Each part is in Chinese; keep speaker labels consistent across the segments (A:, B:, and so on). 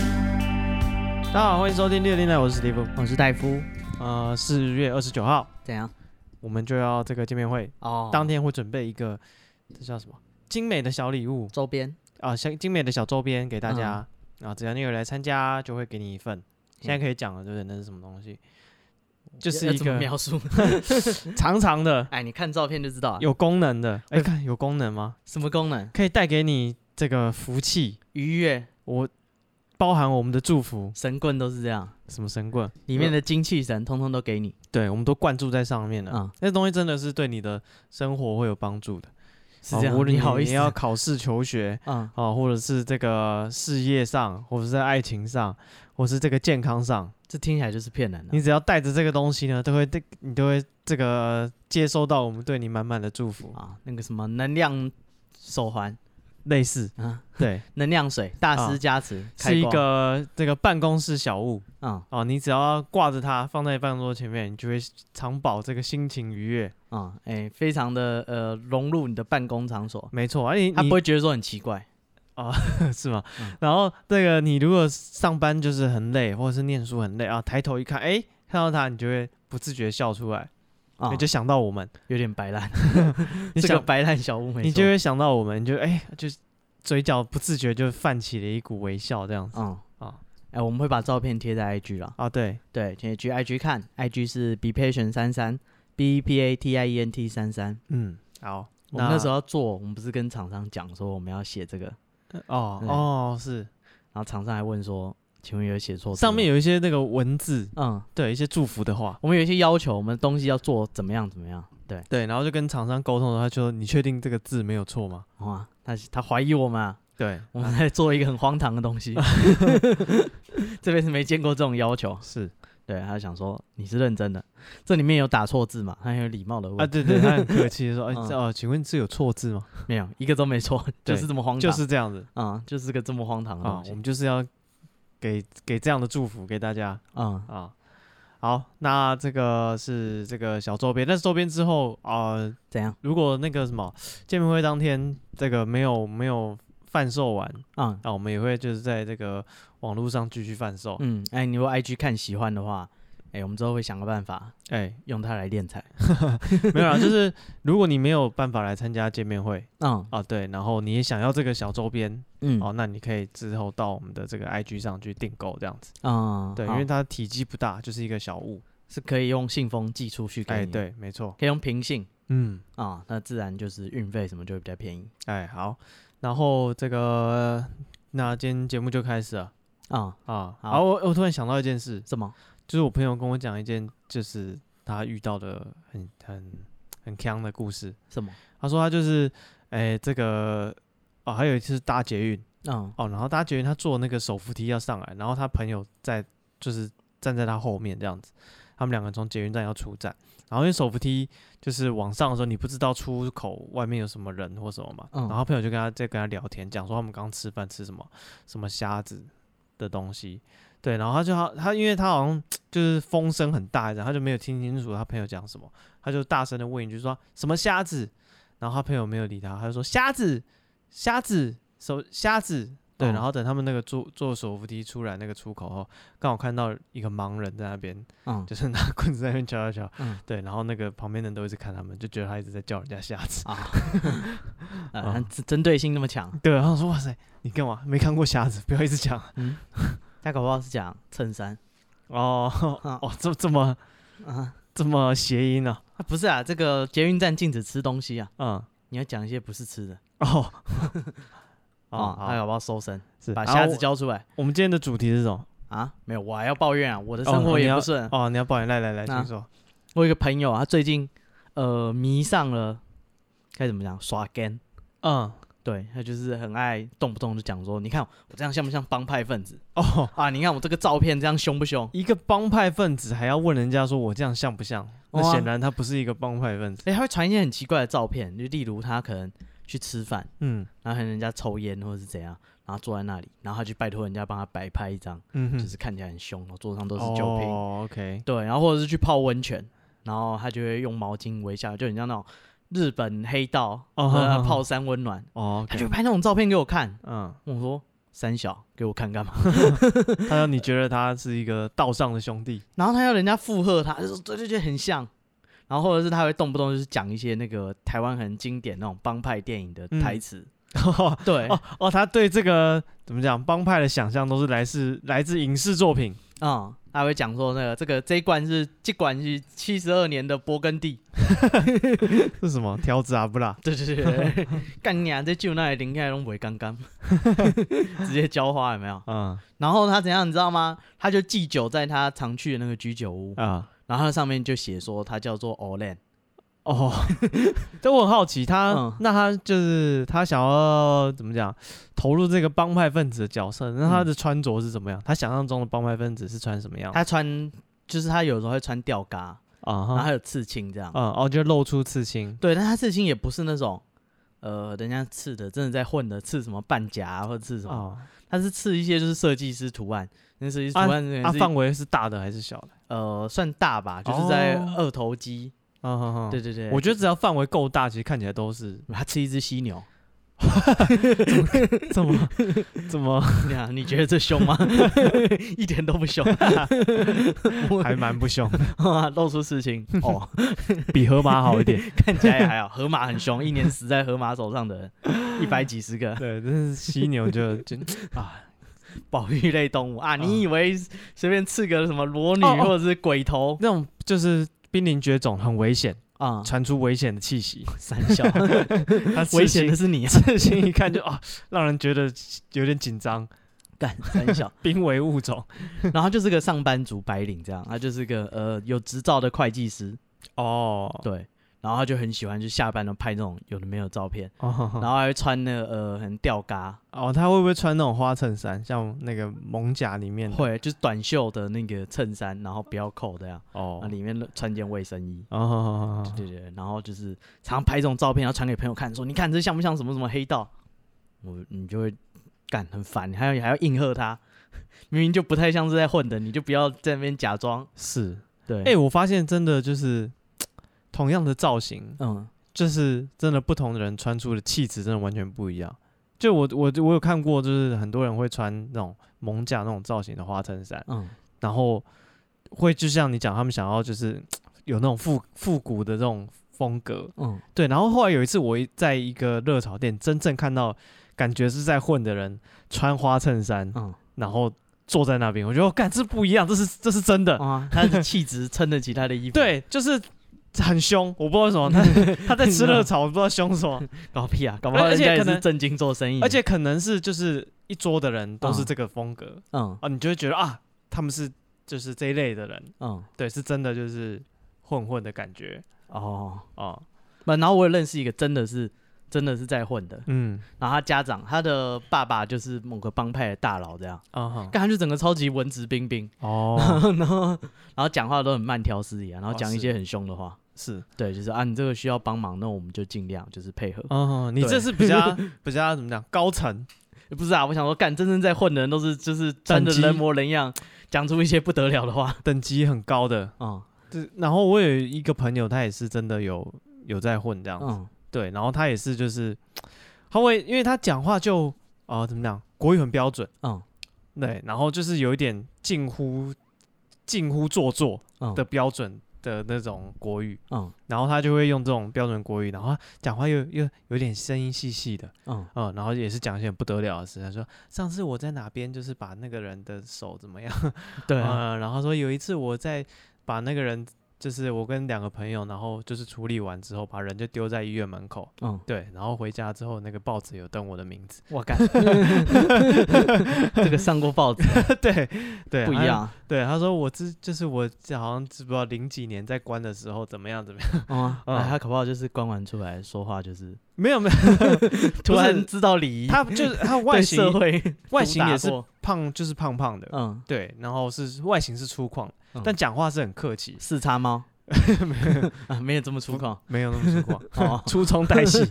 A: 大家好，欢迎收听《六零奶》，我是史蒂夫。
B: 哦我是戴夫，
A: 呃，四月二十九号，
B: 怎样？
A: 我们就要这个见面会，
B: 哦，
A: 当天会准备一个，这叫什么？精美的小礼物
B: 周边
A: 啊，像精美的小周边给大家、
B: 嗯
A: 啊，只要你有来参加，就会给你一份。现在可以讲了，对不对？那是什么东西？就是
B: 要
A: 一
B: 怎么
A: 个
B: 描述？
A: 长长的、
B: 哎，你看照片就知道啊，
A: 有功能的。哎，看有功能吗？
B: 什么功能？
A: 可以带给你这个福气，
B: 愉悦
A: 我包含我们的祝福，
B: 神棍都是这样，
A: 什么神棍，
B: 里面的精气神通通都给你。
A: 对我们都灌注在上面了。
B: 嗯
A: 那东西真的是对你的生活会有帮助的。
B: 是
A: 啊
B: 这样
A: 无，论
B: 你好意
A: 你
B: 思？
A: 要考试、求学
B: 嗯，
A: 啊，或者是这个事业上，或者是在爱情上，或是这个健康上，
B: 这听起来就是骗人的
A: 你。只要带着这个东西呢，都会对你都会这个接收到我们对你满满的祝福，
B: 啊，那个什么能量手环
A: 类似
B: 啊，
A: 对，
B: 能量水大师加持，开
A: 啊是一
B: 光
A: 个这个办公室小物
B: 嗯
A: 啊，你只要挂着它放在办公桌前面，你就会常保这个心情愉悦。
B: 嗯，哎，非常的呃融入你的办公场所，
A: 没错，而、且
B: 他
A: 你
B: 不会觉得说很奇怪。
A: 是吗？
B: 嗯
A: 然后这个你如果上班就是很累，或者是念书很累啊，抬头一看，哎、看到它，你就会不自觉笑出来，
B: 啊
A: 你，哎就想到我们，
B: 有点 白烂，
A: 你
B: 这个
A: 想，
B: 白烂小屋没错，
A: 你就会想到我们，你就哎、就是嘴角不自觉就泛起了一股微笑，这样子
B: 嗯
A: 啊
B: 哎，我们会把照片贴在 IG 啦，
A: 啊，对，
B: 对，请你去 IG 看，IG 是 be patient 三三，b e p a t i e n t 三三。
A: 嗯，好，
B: 我们那时候要做，我们不是跟厂商讲说我们要写这个，然
A: 哦、
B: 嗯
A: 哦是，
B: 后厂商还问说，请问有写错字吗？
A: 上面有一些那个文字，
B: 嗯，
A: 对一些祝福的话。
B: 我们有一些要求，我们东西要做怎么样怎么样，对，
A: 对，然后就跟厂商沟通的话，就说你确定这个字没有错吗？
B: 哇，他他怀疑我们、啊，
A: 对，
B: 我们在做一个很荒唐的 东西， 这边是没见过这种要求，
A: 是
B: 对，他想说你是认真的，这里面有打错字嘛？他很有礼貌的问，
A: 啊，对对，他很客气地 说，哎、
B: 嗯
A: 这哦，请问是有错字吗？
B: 没有一个都没错， 就
A: 对
B: 是这么荒唐，
A: 就是这样子
B: 嗯，就是个这么荒唐的
A: 啊
B: 东，
A: 我
B: 西，
A: 们就是要给给这样的祝福给大家
B: 嗯，
A: 啊。好，那这个是这个小周边，但是周边之后啊、呃
B: 怎样？
A: 如果那个什么见面会当天这个没有没有贩售完，
B: 嗯
A: 那、我们也会就是在这个网络上继续贩售。
B: 嗯，哎、你如果 IG 看喜欢的话，哎、我们之后会想个办法
A: 哎、
B: 用它来练财。
A: 没有啦， 就是如果你没有办法来参加见面会
B: 嗯
A: 啊，对，然后你也想要这个小周边、
B: 嗯
A: 哦，那你可以之后到我们的这个 IG 上去订购这样子。
B: 嗯，
A: 对，因
B: 好
A: 为它体积不大，就是一个小物。
B: 是可以用信封寄出去给你，
A: 哎，，对，没错。
B: 可以用平信
A: 嗯，
B: 啊、那自然就是运费什么就会比较便宜
A: 哎，好，然后这个，那今天节目就开始了
B: 啊、
A: 啊。
B: 好
A: 好，我我突然想到一件事，
B: 什么？
A: 就是我朋友跟我讲一件，就是他遇到的很很很强的故事。
B: 什么？
A: 他说他就是，哎，这个哦，还有一次搭捷运
B: 嗯
A: 哦，然后搭捷运他坐那个手扶梯要上来，然后他朋友在就是站在他后面这样子，他们两个从捷运站要出站，然后因为手扶梯就是往上的时候，你不知道出口外面有什么人或什么嘛，
B: 嗯
A: 然后朋友就跟他在跟他聊天，讲说他们刚吃饭吃什么什么虾子的东西，对，然后他就他他因为他好像就是风声很大，然后他就没有听清楚他朋友讲什么，他就大声的问一句说什么虾子，然后他朋友没有理他，他就说虾子虾子手虾子。对，
B: 哦
A: 然后等他们那个坐坐手扶梯出来那个出口后，刚好看到一个盲人在那边，
B: 嗯，
A: 就是拿棍子在那边敲敲敲，
B: 嗯
A: 对，然后那个旁边的人都一直看他们，就觉得他一直在叫人家瞎子。
B: 啊，
A: 哦
B: 啊，他针针对性那 么强，
A: 对，然后说哇塞，你干嘛？没看过瞎子，不要一直讲。
B: 嗯，他搞不好是讲衬衫
A: 哦
B: 啊
A: 哦，这这么
B: 啊
A: 这么谐音呢、
B: 啊，不是啊，这个捷运站禁止吃东西啊，
A: 啊？
B: 你要讲一些不是吃的
A: 嗯，哦哦，
B: 啊，他
A: 好，
B: 搞不好收身，
A: 是
B: 把
A: 好
B: 啊虾子
A: 我
B: 交出来
A: 我们今天的主题是什么？
B: 啊，没有，我还要抱怨啊，我的
A: 哦
B: 生
A: 哦
B: 活
A: 你
B: 也
A: 要
B: 不顺。
A: 哦，你要抱怨，来来来，
B: 啊
A: 请说。
B: 我有一个朋友啊，他最近呃迷上了，该怎么讲耍 game，
A: 嗯，
B: 对他就是很爱动不动就讲说，你看我这样像不像帮派分子
A: 哦，
B: 啊？你看我这个照片这样凶不凶？
A: 一个帮派分子还要问人家说我这样像不像？那
B: 哇
A: 显然他不是一个帮派分子。
B: 哎、他会传一些很奇怪的照片，就例如他可能去吃饭，
A: 嗯
B: 然后看人家抽烟或者是怎样，然后坐在那里，然后他去拜托人家帮他摆拍一张，
A: 嗯哼，
B: 就是看起来很凶，然后桌上都是酒瓶，
A: 哦，OK，
B: 对，然后或者是去泡温泉，然后他就会用毛巾围下来，就很像那种日本黑道、
A: 哦
B: 呃
A: 哼哼
B: 泡山温暖，
A: 哦
B: 他就
A: ，OK，
B: 拍那种照片给我看，
A: 嗯，
B: 我说三小给我看干嘛？
A: 他说你觉得他是一个道上的兄弟？
B: 然后他要人家附和他，就说对对对，很像。然后或者是他会动不动就是讲一些那个台湾很经典那种帮派电影的
A: 嗯
B: 台词，
A: 哦
B: 对啊、
A: 哦，他对这个怎么讲帮派的想象都是来自来自影视作品。
B: 嗯他会讲说那个这个这一罐是这罐是七十二年的勃艮第，
A: 是什么条子啊不啦？
B: 对对对对，对干你啊！这酒那零开都不会刚刚，直接浇花有没有？
A: 嗯
B: 然后他怎样你知道吗？他就寄酒在他常去的那个居酒屋，
A: 啊
B: 然后他上面就写说他叫做 Olan，
A: 哦， 但我很好奇他，
B: 嗯
A: 那他就是他想要怎么讲投入这个帮派分子的角色？那他的穿着是怎么样？他想象中的帮派分子是穿什么样？
B: 他穿就是他有时候会穿吊嘎，
A: 啊
B: 然后还
A: 哈，
B: 有刺青这样。
A: 嗯哦，就露出刺青。
B: 对，但他刺青也不是那种，呃，人家刺的，真的在混的，刺什么半甲、啊、或者刺什么，
A: 哦，
B: 他是刺一些就是设计师图案，那设计师图
A: 啊
B: 案可能
A: 啊，
B: 是
A: 范围是大的还是小的？
B: 呃算大吧，就是在
A: 哦
B: 二头肌，
A: 啊哈哈，
B: 对对对，
A: 我觉得只要范围够大，其实看起来都 是
B: 他吃一只犀牛，
A: 这么这 么
B: 对啊，你觉得这 凶吗？ 一点都不凶，
A: 还蛮不凶，
B: 露出 刺青哦，
A: 比河马好一点。
B: 看起来也还好，河马很凶，一年死在河马手上的人一百几 十个，
A: 对，但是犀牛就就啊，
B: 保育类动物啊，
A: 嗯
B: 你以为随便刺个什么裸女
A: 哦哦
B: 或者是鬼头
A: 那种就是濒临绝种，很危险，
B: 啊？
A: 传出危险的气息。
B: 三 笑，
A: 它刺
B: 危险的
A: 青
B: 是你啊！
A: 刺青一看就啊，让人觉得有点紧张，
B: 干三小，
A: 濒危物种。
B: 然后就是个上班族白领这样，他就是个呃有执照的会计师，
A: 哦，
B: 对，然后他就很喜欢就下班都拍那种有的没有的照片，然
A: 哦，
B: 后还会穿那个呃很吊嘎，
A: 哦，他会不会穿那种花衬衫，像那个蒙甲里面的？
B: 会就是短袖的那个衬衫，然后不要扣这样，
A: 哦
B: 啊，里面穿件卫生衣。
A: 哦，
B: 对对对，然后就是常常拍这种照片，然后传给朋友看，说你看这像不像什么什么黑道？我你就会干很烦，你还要还要应和他， 明明就不太像是在混的，你就不要在那边假装。
A: 是。
B: 对，
A: 哎、我发现真的就是同样的造型，
B: 嗯，
A: 就是真的不同的人穿出的气质真的完全不一样。就我我我有看过，就是很多人会穿那种蒙甲那种造型的花衬衫，
B: 嗯，
A: 然后会就像你讲，他们想要就是有那种复复古的这种风格，
B: 嗯，
A: 对。然后后来有一次，我一在一个热炒店真正看到，感觉是在混的人穿花衬衫，
B: 嗯，
A: 然后坐在那边，我觉得我干这不一样，这是这是真的，
B: 啊，他的气质撑得起他的衣服，，
A: 对，就是很凶，我不知道为什么 他他在吃热炒，我不知道凶什么，
B: 搞屁啊，搞不好
A: 而
B: 人
A: 且
B: 家也
A: 可
B: 是
A: 能
B: 正经做生意，
A: 而且，可能是就是一桌的人都是
B: 嗯
A: 这个风格
B: 嗯
A: 啊，你就会觉得啊，他们是就是这一类的人，
B: 嗯，
A: 对，是真的就是混混的感觉
B: 哦，
A: 啊，
B: 不然后我也认识一个真的是真的是在混的，
A: 嗯
B: 然后他家长，他的爸爸就是某个帮派的大佬这样。
A: 啊哈，
B: 干他就整个超级文质 彬彬，
A: 哦
B: 然后然后讲话都很慢条斯理啊，然后
A: 哦
B: 讲一
A: 是
B: 些很凶的话。
A: 是，
B: 对，就是啊，你这个需要帮忙，那我们就尽量就是配合。
A: 哦，你
B: 对
A: 这是比 较比较怎么讲高层
B: 不是啊，我想说，干真正在混的人都是就是真的
A: 等级
B: 人模人样，讲出一些不得了的话。
A: 等级很高的，
B: 嗯
A: 这然后我有一个朋友，他也是真的有有在混这样子，
B: 嗯
A: 对，然后他也是就是他会，因为他讲话就啊、呃怎么讲，国语很标准，
B: 嗯
A: 对，然后就是有一点近乎近乎做作
B: 嗯
A: 的标准的那种国语，
B: 嗯
A: 然后他就会用这种标准国语，然后他讲话又又有点声音细细的，
B: 嗯
A: 嗯，然后也是讲一些很不得了的事，他说上次我在哪边就是把那个人的手怎么样，
B: 对啊，
A: 呃嗯，然后说有一次我在把那个人就是我跟两个朋友，然后就是处理完之后，把人就丢在医院门口，
B: 嗯，
A: 对，然后回家之后，那个报纸有登我的名字，
B: 我干， 这个上过报纸
A: 对 对，啊
B: 不一
A: 他
B: 样，
A: 对，他说我之就是我这好像知不知道零几年在关的时候怎么样怎么样，
B: 哦，
A: 嗯
B: 哎他搞不好就是关完出来说话就是
A: 没有没有，
B: 突然知道礼仪，
A: 他就是 他外
B: 对
A: 形
B: 社会
A: 外形也
B: 主打
A: 是
B: 过
A: 胖，就是胖胖的，
B: 嗯
A: 对，然后是外形是粗犷的，
B: 嗯
A: 但讲话是很客 气，
B: 四叉猫啊， 没有这么粗犷，
A: 没有那么 粗犷，
B: 哦
A: 粗葱带细，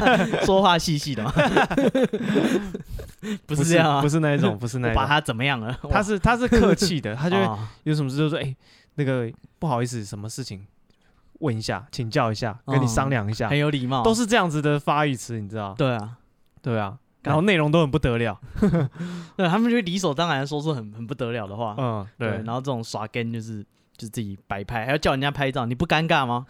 B: 说话细细的 嘛，
A: 不
B: 不是这样啊，
A: 不是那一种，不是那
B: 我
A: 一
B: 把
A: 种，
B: 他怎么样了？哦
A: 他是他是 客气的，他
B: 他
A: 就会有什么事就说，哎，那个不好意思，什么事情问一下，请教一下，跟你
B: 嗯
A: 商量一下
B: 很，有礼貌，
A: 都是这样子的发语词，你知道？
B: 对啊，
A: 对啊，
B: 干
A: 然后内容都很不得了，
B: 对他们就会理所当然地说出很很不得了的话，
A: 嗯，
B: 啊对，
A: 对
B: 然。后这种耍根就是。就自己摆拍，还要叫人家拍照，你不尴尬 吗？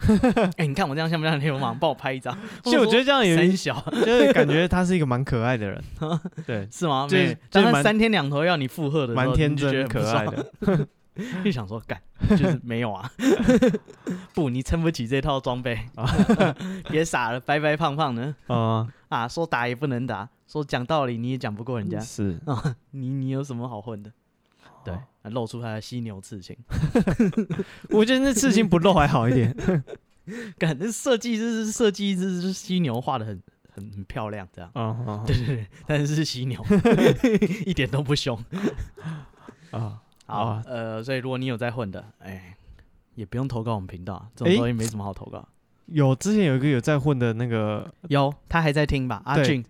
B: 哎、你看我这样像不像流氓？帮我拍一张。
A: 其实我觉得这样
B: 得
A: 有
B: 三
A: 一，
B: 小，
A: 就是感觉他是一个蛮可爱的 人，对，
B: 是吗？
A: 就是
B: 没
A: 就是
B: 当他
A: 蛮
B: 三天两头要你附和的时候，
A: 蛮天
B: 你就觉
A: 真
B: 得
A: 可爱的。
B: 很
A: 嗯
B: 不爽，就想说干， 就是没有啊， 不，你撑不起这套装备
A: 啊，
B: 别傻了，白白胖胖的
A: 嗯，
B: 啊，说打也不能打，说讲道理你也讲不过 人家，
A: 是
B: 你你有什么好混的？对
A: 哦，
B: 还露出他的犀牛刺青，
A: 我觉得那刺青不露还好一点，
B: 感那设计就是设计，就是犀牛画的很很很漂亮， 这样，
A: 嗯嗯
B: 对对对，但是是犀牛， 一点都不凶。
A: 嗯啊，
B: 好，
A: 啊
B: 呃，所以如果你有在混的，哎、也不用投稿我们频道啊，这种
A: 诶
B: 东西没什么好投稿。
A: 有之前有一个有在混的那个
B: 有，他还在听吧？阿
A: 对
B: 俊，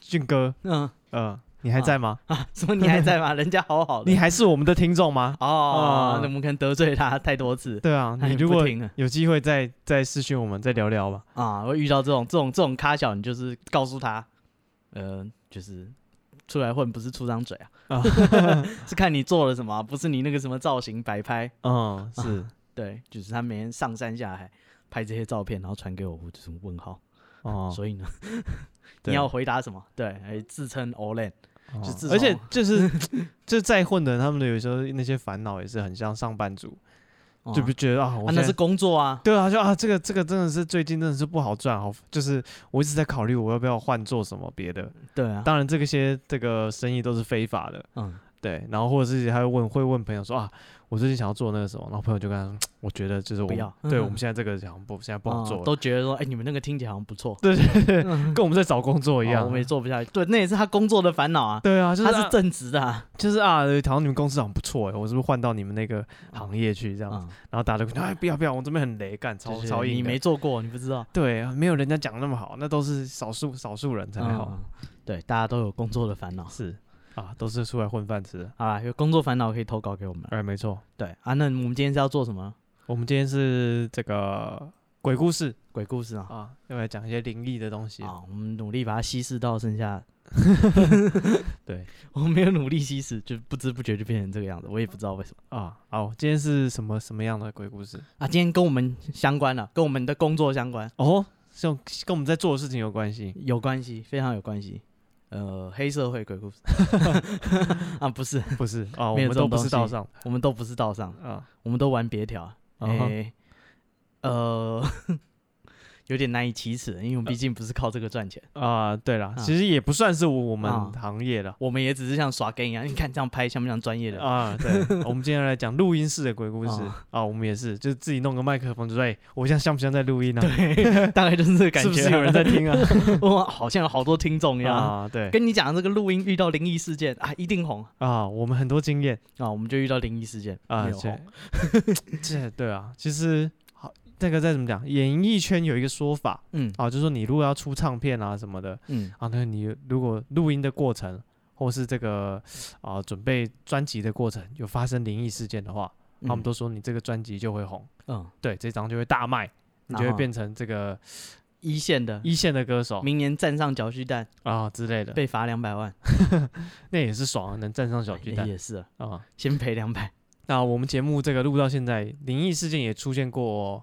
A: 俊哥，
B: 嗯
A: 嗯，你还在吗？
B: 啊， 什么你还在吗？人家好好的，
A: 你还是我们的听众吗？
B: 哦
A: 啊，
B: 那我们可能得罪他太多次
A: 对 啊，
B: 那
A: 你
B: 你
A: 如
B: 不
A: 果
B: 听了
A: 有机会再再私讯我们再聊聊吧。
B: 啊，会遇到这种这种这种咖小，你就是告诉他，呃，就是出来混不是出张嘴 啊，
A: 啊
B: 是看你做了什么啊，不是你那个什么造型摆拍，
A: 嗯，
B: 啊
A: 是
B: 对，就是他每天上山下海拍这些照片，然后传给我，我就是问号，
A: 哦，
B: 所以呢，
A: 对
B: 你要回答什么？对，哎，自称 Olen。
A: 哦
B: 就自啊
A: 而且
B: 从
A: 就是 就再混的人，他们的有时候那些烦恼也是很像上班族，
B: 哦
A: 就不觉得啊，
B: 啊
A: 我
B: 那
A: 现在
B: 是工作啊，
A: 对啊，就啊，这个这个真的是最近真的是不好赚，好，就是我一直在考虑我要不要换做什么别的。
B: 对啊，
A: 当然，这个些这个生意都是非法的，
B: 嗯，
A: 对。然后或者是还会问会问朋友说啊，我最近想要做那个什么，然后朋友就跟他说，我觉得就是我
B: 不要
A: 对
B: 嗯
A: 我们现在这个好像不现在不好
B: 啊
A: 做了，
B: 都觉得说，哎，你们那个听起来好像不错，
A: 对对对，
B: 嗯
A: 跟我们在找工作一
B: 哦
A: 样
B: 我。们也做不下去。对，那也是他工作的烦恼啊，
A: 对啊，就是
B: 他
A: 啊
B: 是正直的啊。
A: 就是啊，好像你们公司好像不错哎，我是不是换到你们那个行业去这样子？
B: 嗯
A: 然后大家就哎不要不要，我这边很雷干，超
B: 就是
A: 超硬的。
B: 你没做过，你不知道。
A: 对，啊没有人家讲的那么好，那都是少数少数人才好。
B: 嗯，对，大家都有工作的烦恼。
A: 是啊，都是出来混饭吃的。
B: 好啦，有工作烦恼可以投稿给我们。
A: 哎，没错，
B: 对啊，那我们今天是要做什么
A: 我们今天是这个鬼故事
B: 鬼故事啊？
A: 啊，要来讲一些灵异的东西。
B: 啊，我们努力把它稀释到剩 下。
A: 对
B: 我没有努力稀释，就不知不觉就变成这个样子，我也不知道为什么
A: 啊，好，今天是什么什么样的鬼故事？
B: 啊。今天跟我们相关了，跟我们的工作相关，
A: 哦，是用跟我们在做的事情有关系。
B: 有关系，非常有关系。呃，黑社会鬼故事 啊，不是，
A: 不是啊， 我
B: 没有
A: 们都
B: 这种
A: 不是
B: 东
A: 道
B: 西
A: 上
B: 我们都不是道上，
A: 啊。
B: 我们都玩别条啊。哎、
A: 嗯哼
B: 呃， 有点难以启齿，因为我们毕竟不是靠这个赚钱，
A: 啊，对了，其实也不算是我们
B: 啊
A: 行业了
B: 我们也只是像耍 game 一样。你看这样拍像不像专业的？
A: 啊。对， 我们今天来讲录音室的鬼故事
B: 啊
A: 啊，我们也是，就自己弄个麦克风，就说，哎，我现在像不像在录音呢？啊
B: 大概就是这个感
A: 是不
B: 觉啊。嗯
A: 是有人在听啊？
B: 哇，好像有好多听众一样。
A: 啊，对，
B: 跟你讲这个录音遇到灵异事件啊，一定红
A: 啊，我们很多经验
B: 啊，我们就遇到灵异事件
A: 啊，
B: 没有
A: 这
B: 红
A: 这对啊，其实好，那个再怎么讲，演艺圈有一个说法
B: 嗯
A: 啊，就是说你如果要出唱片啊什么的
B: 嗯
A: 啊，那你如果录音的过程或是这个啊准备专辑的过程有发生灵异事件的话，
B: 嗯
A: 他们都说你这个专辑就会红，
B: 嗯
A: 对，这张就会大卖，你就
B: 然
A: 会
B: 后
A: 变成这个
B: 一线的，
A: 一线的歌手
B: 明年站上搅鸡蛋
A: 啊之类的，
B: 被罚两百万，
A: 那也是爽啊，能站上小巨蛋
B: 也是啊，
A: 啊。
B: 先赔两百。
A: 那我们节目这个录到现在，灵异事件也出现过，哦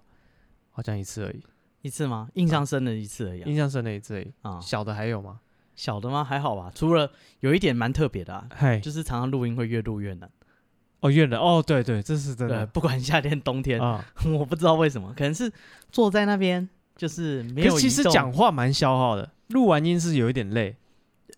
A: 好像一次而已，
B: 一次吗？印象深的一次而已
A: 印象深的一次而已。
B: 啊。啊
A: 小的还有吗？
B: 小的吗？还好吧，除了有一点蛮特别的啊，
A: 嗨
B: 就是常常录音会越录越难
A: 哦，越冷哦，对对，这是真
B: 对，
A: 的
B: 不管夏天冬天，
A: 啊。
B: 我不知道为什么，可能是坐在那边就是没
A: 可
B: 有
A: 是其
B: 移动。
A: 实讲话蛮消耗的，录完音是有一点累，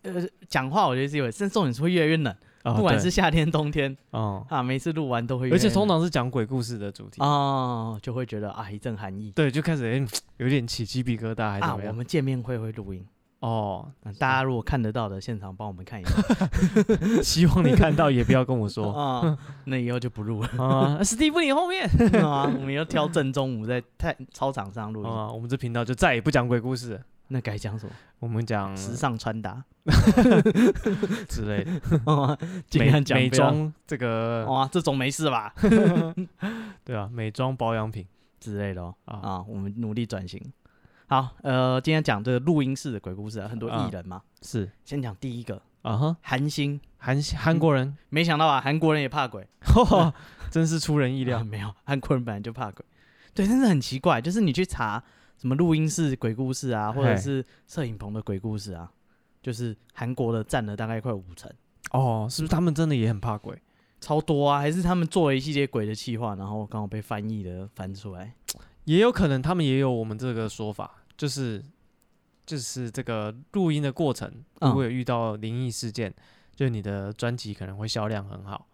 B: 呃讲话，我觉得是有，但重点是会越来越冷，
A: 啊
B: 不管
A: 对
B: 是夏天冬天
A: 哦，
B: 啊，每次录完都会越来
A: 而
B: 越冷。
A: 且通常是讲鬼故事的主题，
B: 哦，就会觉得啊一阵寒意
A: 对，就开始哎有点起鸡皮疙瘩还是
B: 啊。
A: 怎么
B: 我
A: 样？
B: 们见面会会录音，
A: 哦，
B: 嗯大家如果看得到的，现场帮我们 看一下
A: 希望你看到也不要跟我 说
B: 啊。那以后就不 录了
A: 啊，史蒂夫你后 面
B: 啊，我们要挑正中午在太操场上录音。
A: 啊，我们这频道就再也不讲鬼故事了，
B: 那该讲什么？
A: 我们讲
B: 时尚穿搭， 哦
A: 之类 的
B: 尽
A: 美
B: 量讲
A: 美
B: 不要
A: 妆这个
B: 哇，这种没事吧
A: 对啊，美妆保养品
B: 之类的哦。
A: 啊，
B: 啊，我们努力转型。好，呃，今天讲这个录音室的鬼故事啊，很多
A: 啊
B: 艺人嘛。
A: 是
B: 先讲第一个，
A: 啊哈，嗯
B: 韩星，
A: 韩韩国 人，
B: 没想到啊，韩国人也怕鬼，
A: 真是出人意
B: 意
A: 料
B: 啊、 没有，韩国人本来就怕鬼。对，真是很奇怪，就是你去查什么录音室鬼故事啊，或者
A: 嘿
B: 是摄影棚的鬼故事啊，就是韩国的占了大概快五成，
A: 哦，是不是他们真的也很怕鬼？
B: 超多啊，还是他们做了一系列鬼的企划，然后刚好被翻译的翻出来。
A: 也有可能他们也有我们这个说法，就是就是这个录音的过程，
B: 嗯
A: 如果有遇到灵异事件，就你的专辑可能会销量很好，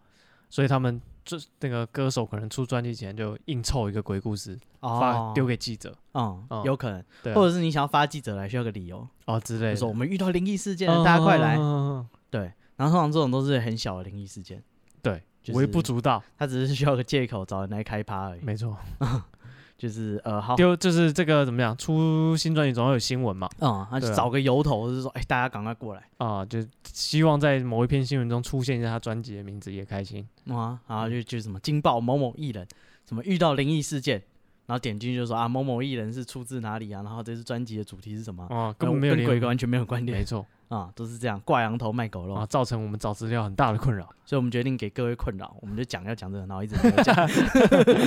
A: 所以他们这那个歌手可能出专辑前就硬凑一个鬼故事发
B: 哦，
A: 丢给记者，
B: 嗯，
A: 嗯
B: 有可能，
A: 对啊、
B: 或者是你想要发记者来，需要个理由，
A: 哦之类
B: 就说我
A: 的，
B: 们遇到灵异事件了，
A: 嗯
B: 大家快来
A: 嗯。嗯嗯
B: 对，然后通常这种都是很小的灵异事件，
A: 对，
B: 就是
A: 微不足道，
B: 他只是需要个借口找人来开趴而已。
A: 没错，
B: 就是呃，好，
A: 丢就是这个怎么样，出新专辑总要有新闻嘛，
B: 嗯，他
A: 对
B: 就
A: 啊
B: 找个由头，就是说，哎、大家赶快过来，
A: 啊、就希望在某一篇新闻中出现一下他专辑的名字也开心，
B: 啊，然
A: 嗯
B: 后就就什么惊爆某某艺人，什么遇到灵异事件，然后点进去就说啊，某某艺人是出自哪里啊，然后这次专辑的主题是什么啊，
A: 哦、根本没有
B: 跟
A: 连
B: 鬼完全没有关
A: 没
B: 联
A: 错
B: 啊，都是这样挂羊头卖狗肉，
A: 啊，造成我们找资料很大的困扰。
B: 所以我们决定给各位困扰，我们就讲要讲这个，然后一直没有讲，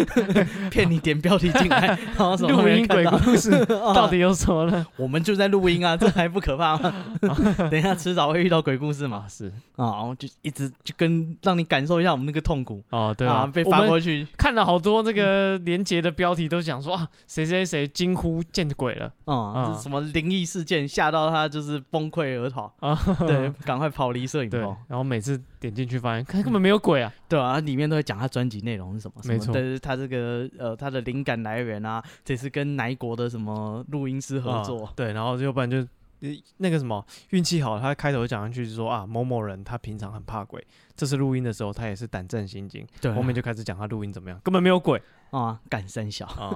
B: 骗你点标题进来，然后什么 都
A: 录音
B: 没人看
A: 鬼
B: 到
A: 故 事到
B: 啊
A: 底有什么呢？
B: 我们就在录音啊，这还不可 怕吗？哦等一下迟早会遇到鬼故事嘛
A: 啊，，是
B: 啊，我就一直就跟让你感受一下我们那个痛苦
A: 哦，对
B: 啊，
A: 啊，
B: 被
A: 我
B: 发
A: 们
B: 过去
A: 看了好多这个连结的标题，都讲说啊，谁谁谁惊呼见鬼 了
B: 啊，
A: 啊
B: 这什么灵异事件吓到他就是崩溃 而逃，
A: 啊，
B: 对，赶快跑离摄影
A: 对，
B: 棚，
A: 然后每次点进去发现，看根本没有鬼啊，
B: 对啊，里面都会讲他专辑内容是什么，什么
A: 没错
B: 但是他这个呃他的灵感来源啊，这次跟哪一国的什么录音师合
A: 啊
B: 作，
A: 对，然后要不然就呃那个什么运气好，他开头就讲上去就说啊，某某人他平常很怕鬼，这次录音的时候他也是胆战心惊，
B: 对啊，
A: 后面就开始讲他录音怎么样，根本没有鬼
B: 啊干三小，
A: 啊，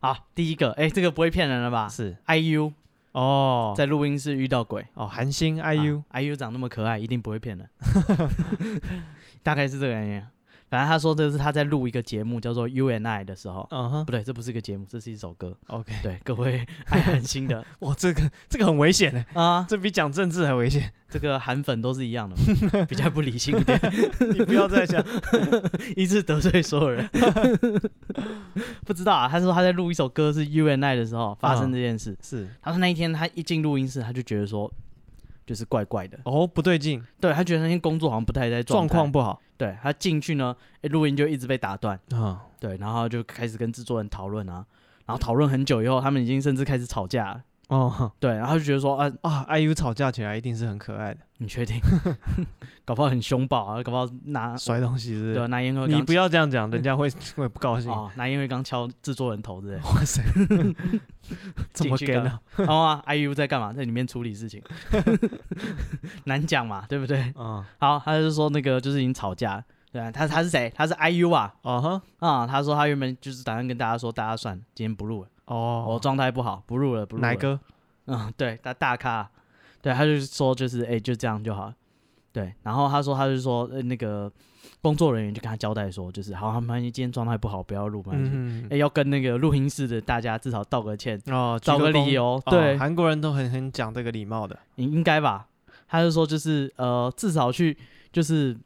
B: 好，第一个，哎，这个不会骗人了吧
A: 是
B: ？IU
A: 哦
B: 在录音室遇到鬼。
A: 哦，韩星 IU
B: 啊 IU 长那么可爱，一定不会骗人， 大概是这个原因。啊反正他说这是他在录一个节目叫做《You and I》的时候，
A: 嗯哼
B: 不对，这不是一个节目，这是一首歌。
A: ，OK，
B: 对 各位爱韩星的
A: 哇，这个这个很危险呢，
B: 啊，
A: 这比讲政治还危险。
B: 这个韩粉都是一样的嘛，比较不理性一点，
A: 你不要再 想
B: 一直得罪所 有人。不知道啊，他说他在录一首歌是《You and I》的时候发生这件事。
A: 是
B: 他说那一天他一进录音室，他就觉得说就是怪怪的，
A: 哦，不对劲，
B: 对他觉得那天工作好像不太在
A: 状
B: 态
A: 况不好
B: 对他进去呢，诶录音就一直被打断，
A: 啊，
B: 对，然后就开始跟制作人讨论啊，然后讨论很久以后，他们已经甚至开始吵架了，
A: 哦
B: 对，然后就觉得说啊，
A: 啊，IU 吵架起来一定是很可爱的，
B: 你确定？ 搞不好很凶暴啊，搞不好拿
A: 摔东西是
B: 对
A: 不
B: 啊
A: 是。
B: 拿烟灰缸，
A: 你不要这样讲，人家 会会不高兴。
B: 哦，拿烟灰缸敲制作人头之类的，
A: 哇 塞，怎么
B: 进去
A: 给
B: 干
A: 呢？
B: 然后啊，IU 在干嘛？在里面处理事情， 难讲嘛，对不对？
A: 啊
B: 好，他就说那个就是已经吵架，对啊，他他是谁？他是 IU 啊
A: 啊哈
B: 啊，他说他原本就是打算跟大家说，大家算了今天不录了，我
A: 哦，
B: 状态不好，不录了，不录了。
A: 奶哥
B: 嗯，对，他大咖，对，他就是说就是哎、就这样就好了，对，然后他说他就说、呃、那个工作人员就跟他交代说，就是好，没关系，今天状态不好，不要录，没关系，哎、
A: 嗯
B: 要跟那个录音室的大家至少道个歉，
A: 哦，
B: 找
A: 鞠
B: 个
A: 躬
B: 理由，
A: 哦
B: 对，
A: 韩国人都很很讲这个礼貌的
B: 应应该吧？他就说就是呃，至少去就是。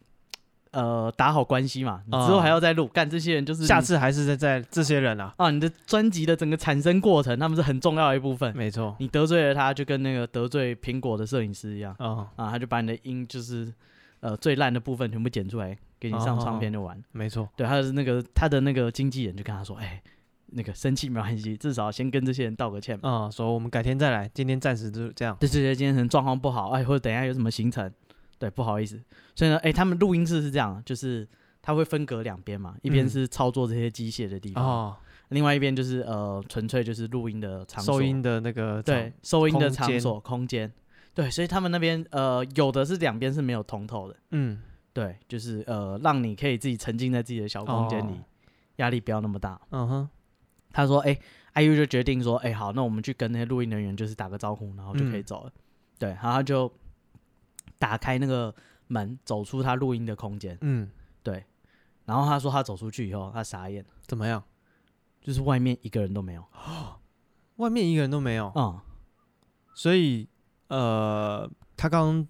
B: 呃，打好关系嘛，你之后还要再录，干、这些人就是你
A: 哦下次还是在在这些人啊，
B: 啊，你的专辑的整个产生过程，他们是很重要的一部分。
A: 没错
B: 你得罪了他，就跟那个得罪苹果的摄影师一样。
A: 啊
B: 啊，他就把你的音就是呃最烂的部分全部剪出来给你
A: 哦
B: 上唱片就完。
A: 没错，
B: 对，他的那个他的那个经纪人就跟他说，哎、那个生气没关系，至少先跟这些人道个歉吧。
A: 啊、说我们改天再来，今天暂时就这样。
B: 对对对，今天可能状况不好，哎，或者等一下有什么行程，对，不好意思。所以呢，哎、他们录音室是这样，就是他会分隔两边嘛，一边
A: 嗯
B: 是操作这些机械的地方，
A: 哦，
B: 另外一边就是呃，纯粹就是录音的场所，
A: 收音的那个
B: 对，收音的
A: 空
B: 场
A: 间
B: 所空间，对，所以他们那边呃，有的是两边是没有通透的，
A: 嗯，
B: 对，就是呃，让你可以自己沉浸在自己的小空间里，
A: 哦
B: 压力不要那么大。
A: 嗯哼，
B: 他说，哎、i u 就决定说，哎、好，那我们去跟那些录音人员就是打个招呼，然后就可以
A: 嗯
B: 走了。对，然后他就打开那个门，走出他录音的空间，
A: 嗯，
B: 对。然后他说他走出去以后，他傻眼，
A: 怎么样？
B: 就是外面一个人都没有。
A: 外面一个人都没有，
B: 嗯，
A: 所以呃，他刚刚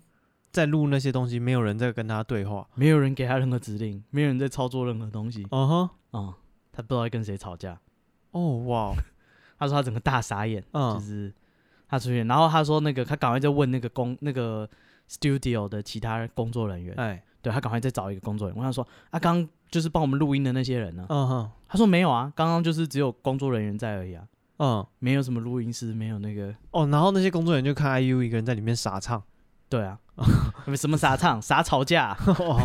A: 在录那些东西，没有人在跟他对话。
B: 没有人给他任何指令，没有人在操作任何东西。
A: 嗯哼，
B: 嗯，他不知道在跟谁吵架。
A: 哦哇，
B: 他说他整个大傻眼，就
A: 嗯
B: 是他出现，然后他说那个他赶快再问那个工那个 studio 的其他工作人员，
A: 哎，
B: 对他赶快再找一个工作人员，问他说啊，刚刚就是帮我们录音的那些人呢？
A: 嗯哼，
B: 他说没有啊，刚刚就是只有工作人员在而已啊，
A: 嗯
B: 没有什么录音师，没有那个
A: 哦，然后那些工作人员就看 IU 一个人在里面傻唱，
B: 对啊， 什么傻唱傻吵架啊，
A: 哦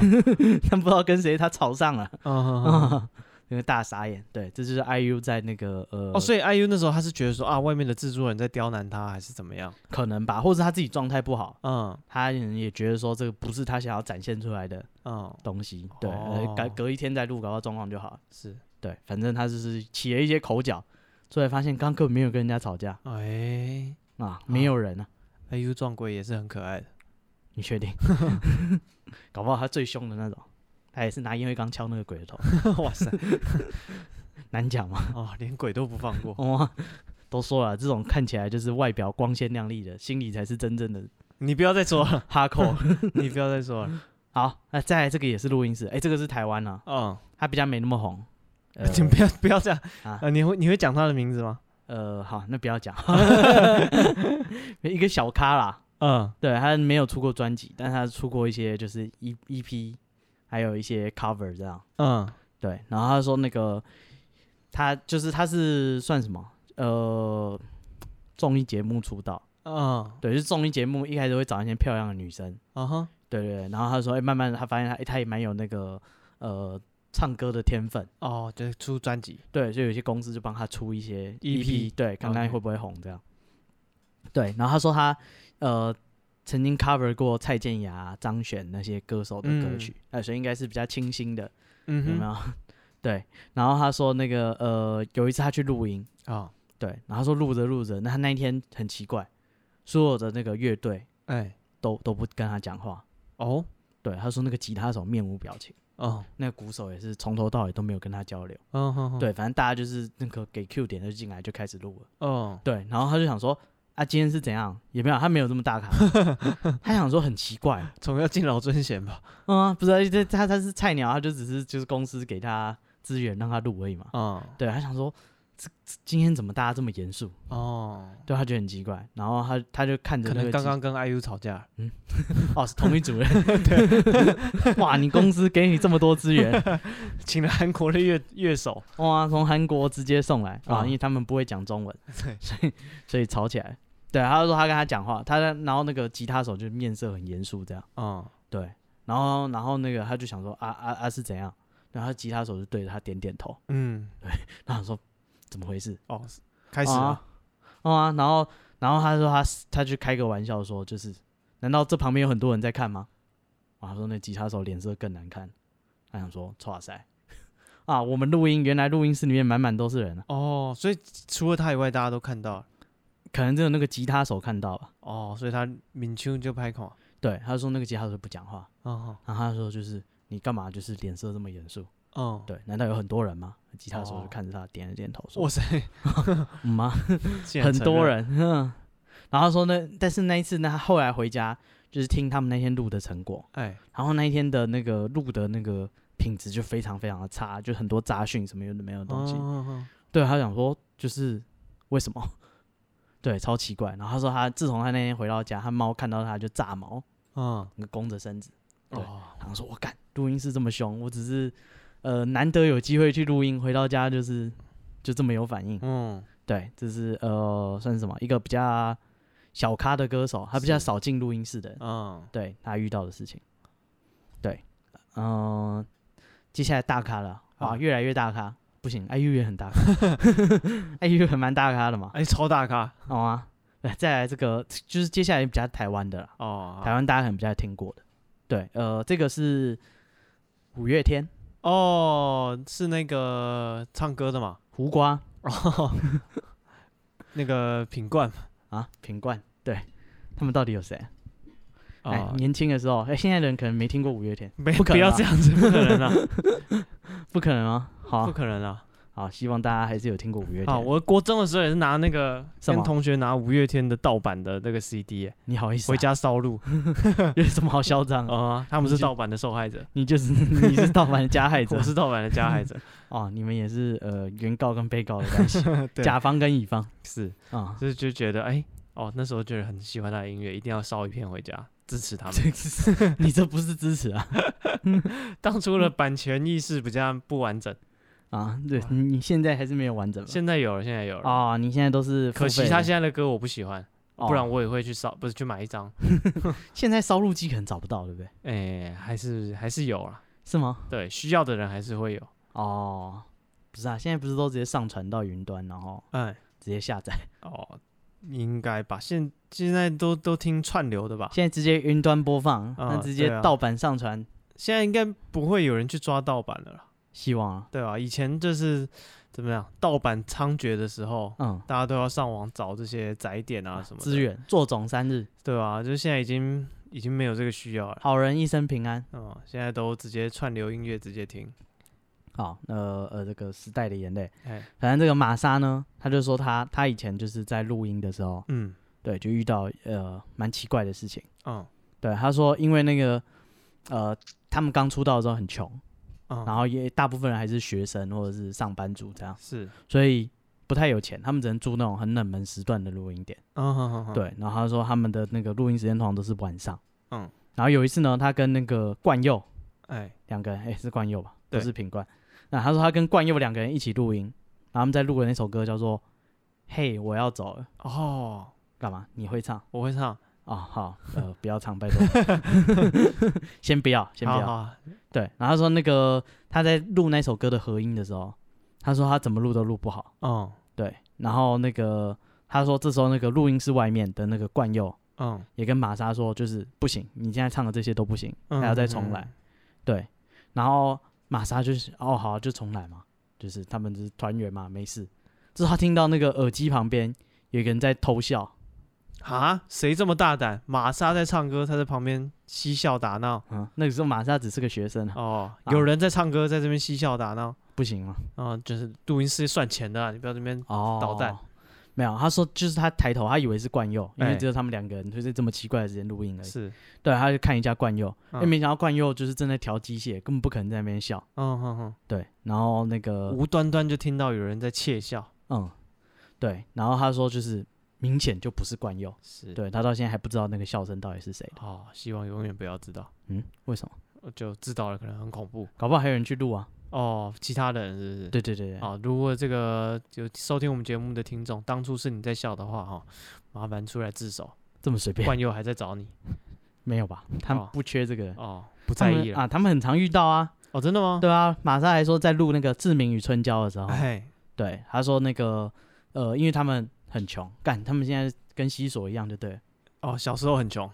B: 他不知道跟谁他吵上了，
A: 嗯哼哼哼
B: 啊， 那个大傻眼，对，这就是 IU 在那个呃，
A: 哦，所以 IU 那时候他是觉得说啊，外面的制作人在刁难他，还是怎么样？
B: 可能吧，或者他自己状态不好，
A: 嗯
B: 他也觉得说这个不是他想要展现出来的
A: 嗯，
B: 东西，对，
A: 哦
B: 呃隔隔一天再录，搞到状况就好了。
A: 是，
B: 对，反正他就是起了一些口角，最后发现刚刚根本没有跟人家吵架
A: 哎
B: 啊，没有人啊，
A: ，IU 撞鬼也是很可爱的。
B: 你确定？搞不好他最凶的那种，他也是拿烟灰缸敲那个鬼的头，
A: 哇塞，
B: 难讲嘛。
A: 哦，连鬼都不放过。
B: 哇、都说了，这种看起来就是外表光鲜亮丽的，心里才是真正的
A: 你不要再说了，
B: 哈扣。
A: 你不要再说了。
B: 好，那再来这个也是录音室，哎、这个是台湾啊，
A: 嗯，
B: 他比较没那么红。呃
A: 请不要不要这样
B: 啊
A: 啊！你会你会讲他的名字吗？
B: 呃，好，那不要讲， 一个小咖啦，
A: 嗯
B: 对他没有出过专辑，但他出过一些就是 E EP，还有一些 cover 这样，
A: 嗯
B: 对。然后他说那个他就是他是算什么？呃，综艺节目出道，
A: 嗯
B: 对，就是综艺节目一开始会找一些漂亮的女生，
A: 啊哈
B: 对对对。然后他说，哎、慢慢地他发现他、哎他也蛮有那个呃唱歌的天分，
A: 哦，就是出专辑。
B: 对，所以有些公司就帮他出一些 E
A: EP
B: 对，看看
A: E OK
B: 会不会红这样。对，然后他说他呃曾经 cover 过蔡健雅、张悬那些歌手的歌
A: 嗯
B: 曲，哎、所以应该是比较清新的，
A: 嗯
B: 有没
A: 哼
B: 有？ 对，然后他说那个呃有一次他去录音，
A: 啊
B: 对，然后他说录着录着，那他那一天很奇怪，所有的那个乐队
A: 哎
B: 都都不跟他讲话，
A: 哦
B: 对，他说那个吉他手面无表情，
A: 哦
B: 那个鼓手也是从头到尾都没有跟他交流，
A: 嗯哼哼
B: 对，反正大家就是那个给 Q 点就进来就开始录了。
A: 哦
B: 对，然后他就想说，啊，今天是怎样？也没有，他没有这么大咖， 他想说很奇怪，
A: 总要敬老尊贤吧？
B: 嗯啊、不是啊，这他他是菜鸟，他就只是就是公司给他资源让他录而已嘛。
A: 啊
B: 对，他想说，这这今天怎么大家这么严肃？
A: 哦，
B: 对，他觉得很奇怪，然后他他就看着
A: 可
B: 那
A: 能
B: 个
A: 刚
B: 机
A: 刚跟 IU 吵架。
B: 哦是同一组人， 哇，你公司给你这么多资源，
A: 请了韩国的乐乐手，
B: 哇，从韩国直接送来啊，
A: 嗯
B: 因为他们不会讲中文，
A: 对
B: 所以所以吵起来。对，他就说他跟他讲话，他然后那个吉他手就面色很严肃这样。
A: 嗯，
B: 对，然后然后那个他就想说啊啊啊是怎样？然后他吉他手就对着他点点头，
A: 嗯，
B: 然后他说怎么回事？
A: 哦，开始
B: 啊
A: 了，
B: 哦啊，然后然后他说他他就开个玩笑说，就是难道这旁边有很多人在看吗？啊，他说那吉他手脸色更难看，他想说哇塞，啊我们录音原来录音室里面满满都是人啊，
A: 哦，所以除了他以外，大家都看到了，
B: 可能只有那个吉他手看到吧。
A: 哦，所以他敏秋就拍孔，
B: 对，他说那个吉他手不讲话，
A: 哦，
B: 然后他说就是你干嘛就是脸色这么严肃？
A: 嗯，
B: 对，难道有很多人吗？吉他手
A: 哦
B: 就看着他点了点头说
A: 哇塞，
B: 嗯啊。
A: 竟然
B: 很
A: 承
B: 多
A: 认，
B: 人，嗯。然后说呢，但是那一次呢，他后来回家就是听他们那天录的成果，
A: 哎，
B: 然后那一天的那个录的那个品质就非常非常的差，就很多杂讯什么有的没有的东西。
A: 哦
B: 对他想说，就是为什么？ 对，超奇怪。然后他说他自从他那天回到家，他猫看到他就炸毛，
A: 嗯，
B: 那个弓着身子，对
A: 哦，
B: 然后说我干，录音室这么凶，我只是呃难得有机会去录音，回到家就是 就这么有反应。
A: 嗯，
B: 对，这是呃算是什么一个比较小咖的歌手，他比较
A: 是
B: 少进录音室的，
A: 嗯，
B: 对他遇到的事情。对，嗯、接下来大咖了，哇，
A: 啊
B: 越来越大咖，不行，IU 也很 大咖，IU 也很蛮大咖的嘛，
A: 哎，超大咖
B: 好吗？对，再来这个就是接下来比较台湾的了，
A: 哦，
B: 台湾大家可能比较听过的，对，呃，这个是五月天、
A: 哦，是那个唱歌的嘛？
B: 胡瓜
A: 哦， 那个品冠
B: 啊、品冠，对他们到底有谁啊？哎、
A: 啊，
B: 年轻的时候，哎、现在人可能没听过五月天，
A: 没
B: 不可
A: 不要
B: 能啊
A: 这样子，不可能 啊，
B: 不可能啊，好
A: 不
B: 啊
A: 可能啊！
B: 好，希望大家还是有听过五月天。
A: 啊，我国中的时候也是拿那个
B: 什
A: 跟
B: 么
A: 同学拿五月天的盗版的那个 CD，耶
B: 你好意思、啊，
A: 回家烧 录
B: 有什么好嚣张啊？
A: 啊，他们
B: 你
A: 是
B: 就
A: 盗版的受害者，
B: 你就是 你是盗版的加害者
A: 我是盗版的加 害者，
B: 哦，你们也是呃原告跟被告的关系，
A: 对
B: 甲方跟乙方
A: 是，
B: 啊，
A: 就是就觉得哎，哦，那时候觉得很喜欢他的音乐，一定要烧一片回家支持他们。
B: 这是 你这不是支持啊
A: 当初的版权意识比较不完整，
B: 啊？对，你你现在还是没有完整吧？
A: 现在有了，现在有了。
B: 啊、你现在都是
A: 可
B: 付
A: 惜
B: 费
A: 他
B: 的
A: 现在哦的歌我不喜欢，
B: 哦
A: 不然我也会去烧，不是去买一张。
B: 现在烧录机可能找不到，对不对？
A: 哎、还是还是有啦，
B: 是吗？
A: 对，需要的人还是会有。
B: 哦，不是啊，现在不是都直接上传到云端，然后
A: 哎，
B: 直接下载，
A: 哦，应该吧，现现在都都听串流的吧？
B: 现在直接云端播放，那
A: 啊
B: 直接
A: 对啊
B: 盗版上传，
A: 现在应该不会有人去抓盗版的了啦，
B: 希望啊，
A: 对吧、以前就是怎么样，盗版猖獗的时候。
B: 嗯，
A: 大家都要上网找这些载点啊什么的
B: 资，源做总三日，
A: 对啊，就是现在已经已经没有这个需要了，
B: 好人一生平安。
A: 嗯，现在都直接串流音乐直接听，
B: 好，呃呃，这个时代的眼泪，
A: 哎，
B: 反正这个玛莎呢，她就说她她以前就是在录音的时候，
A: 嗯
B: 对，就遇到呃蛮奇怪的事情。
A: 嗯
B: 对，她说因为那个呃他们刚出道的时候很穷，
A: 嗯，
B: 然后也大部分人还是学生或者是上班族这样，
A: 是，
B: 所以不太有钱，他们只能住那种很冷门时段的录音点。
A: 嗯哼哼哼，
B: 对，然后她说他们的那个录音时间通常都是晚上。
A: 嗯，
B: 然后有一次呢，她跟那个冠佑
A: 哎，
B: 两个人，哎、是冠佑吧？不
A: 对
B: 是品冠。那他说他跟冠佑两个人一起录音，然后他们在录的那首歌叫做《嘿，我要走了》，
A: 哦，
B: 干嘛？你会唱啊、
A: 我会唱，
B: 哦？好，呃，不要唱，拜托， 先不要，先不
A: 好
B: 要。
A: 好，
B: 对，然后他说那个他在录那首歌的合音的时候，他说他怎么录都录不好。
A: 嗯
B: 对，然后那个他说这时候那个录音室外面的那个冠佑
A: 嗯，
B: 也跟玛莎说，就是不行，你现在唱的这些都不行，
A: 嗯
B: 还要再重来。对，然后玛莎就是哦好、就重来嘛，就是他们就是团圆嘛，没事。之后他听到那个耳机旁边有一个人在偷笑，
A: 啊，谁这么大胆？玛莎在唱歌，他在旁边嬉笑打闹。
B: 嗯，那个时候玛莎只是个学生啊，
A: 哦，
B: 啊
A: 有人在唱歌，在这边嬉笑打闹。
B: 不行吗？
A: 啊，就是录音室算钱的啊，你不要这边。
B: 哦，
A: 捣蛋。
B: 没有，他说就是他抬头，他以为是冠佑，因为
A: 哎
B: 只有他们两个人，就是这么奇怪的时间录音而已。
A: 是，
B: 对，他就看一下冠佑，因为
A: 嗯
B: 没想到冠佑就是正在调机械，根本不可能在那边笑。
A: 嗯哼
B: 对，然后那
A: 哼，
B: 个
A: 无端端就听到有人在窃笑。
B: 嗯，对，然后他说就是明显就不是冠佑，
A: 是，，
B: 对他到现在还不知道那个笑声到底是谁的。
A: 哦，希望永远不要知道，
B: 嗯，为什么？
A: 我就知道了可能很恐怖。
B: 搞不好还有人去录啊。
A: 哦，其他人是不是？
B: 对对对对，
A: 啊，如果这个有收听我们节目的听众，当初是你在笑的话，哈、麻烦出来自首。
B: 这么随便？
A: 冠佑还在找你
B: 没有吧？他们
A: 哦
B: 不缺这个人，
A: 哦，不
B: 他
A: 在
B: 们
A: 意了。
B: 啊，他们很常遇到啊。
A: 哦，真的吗？
B: 对啊，玛莎还说在录那个《志明与春娇》的时候，
A: 哎，
B: 对他说那个呃，因为他们很穷，干，他们现在跟西索一样，就 对了，
A: 哦，小时候很穷。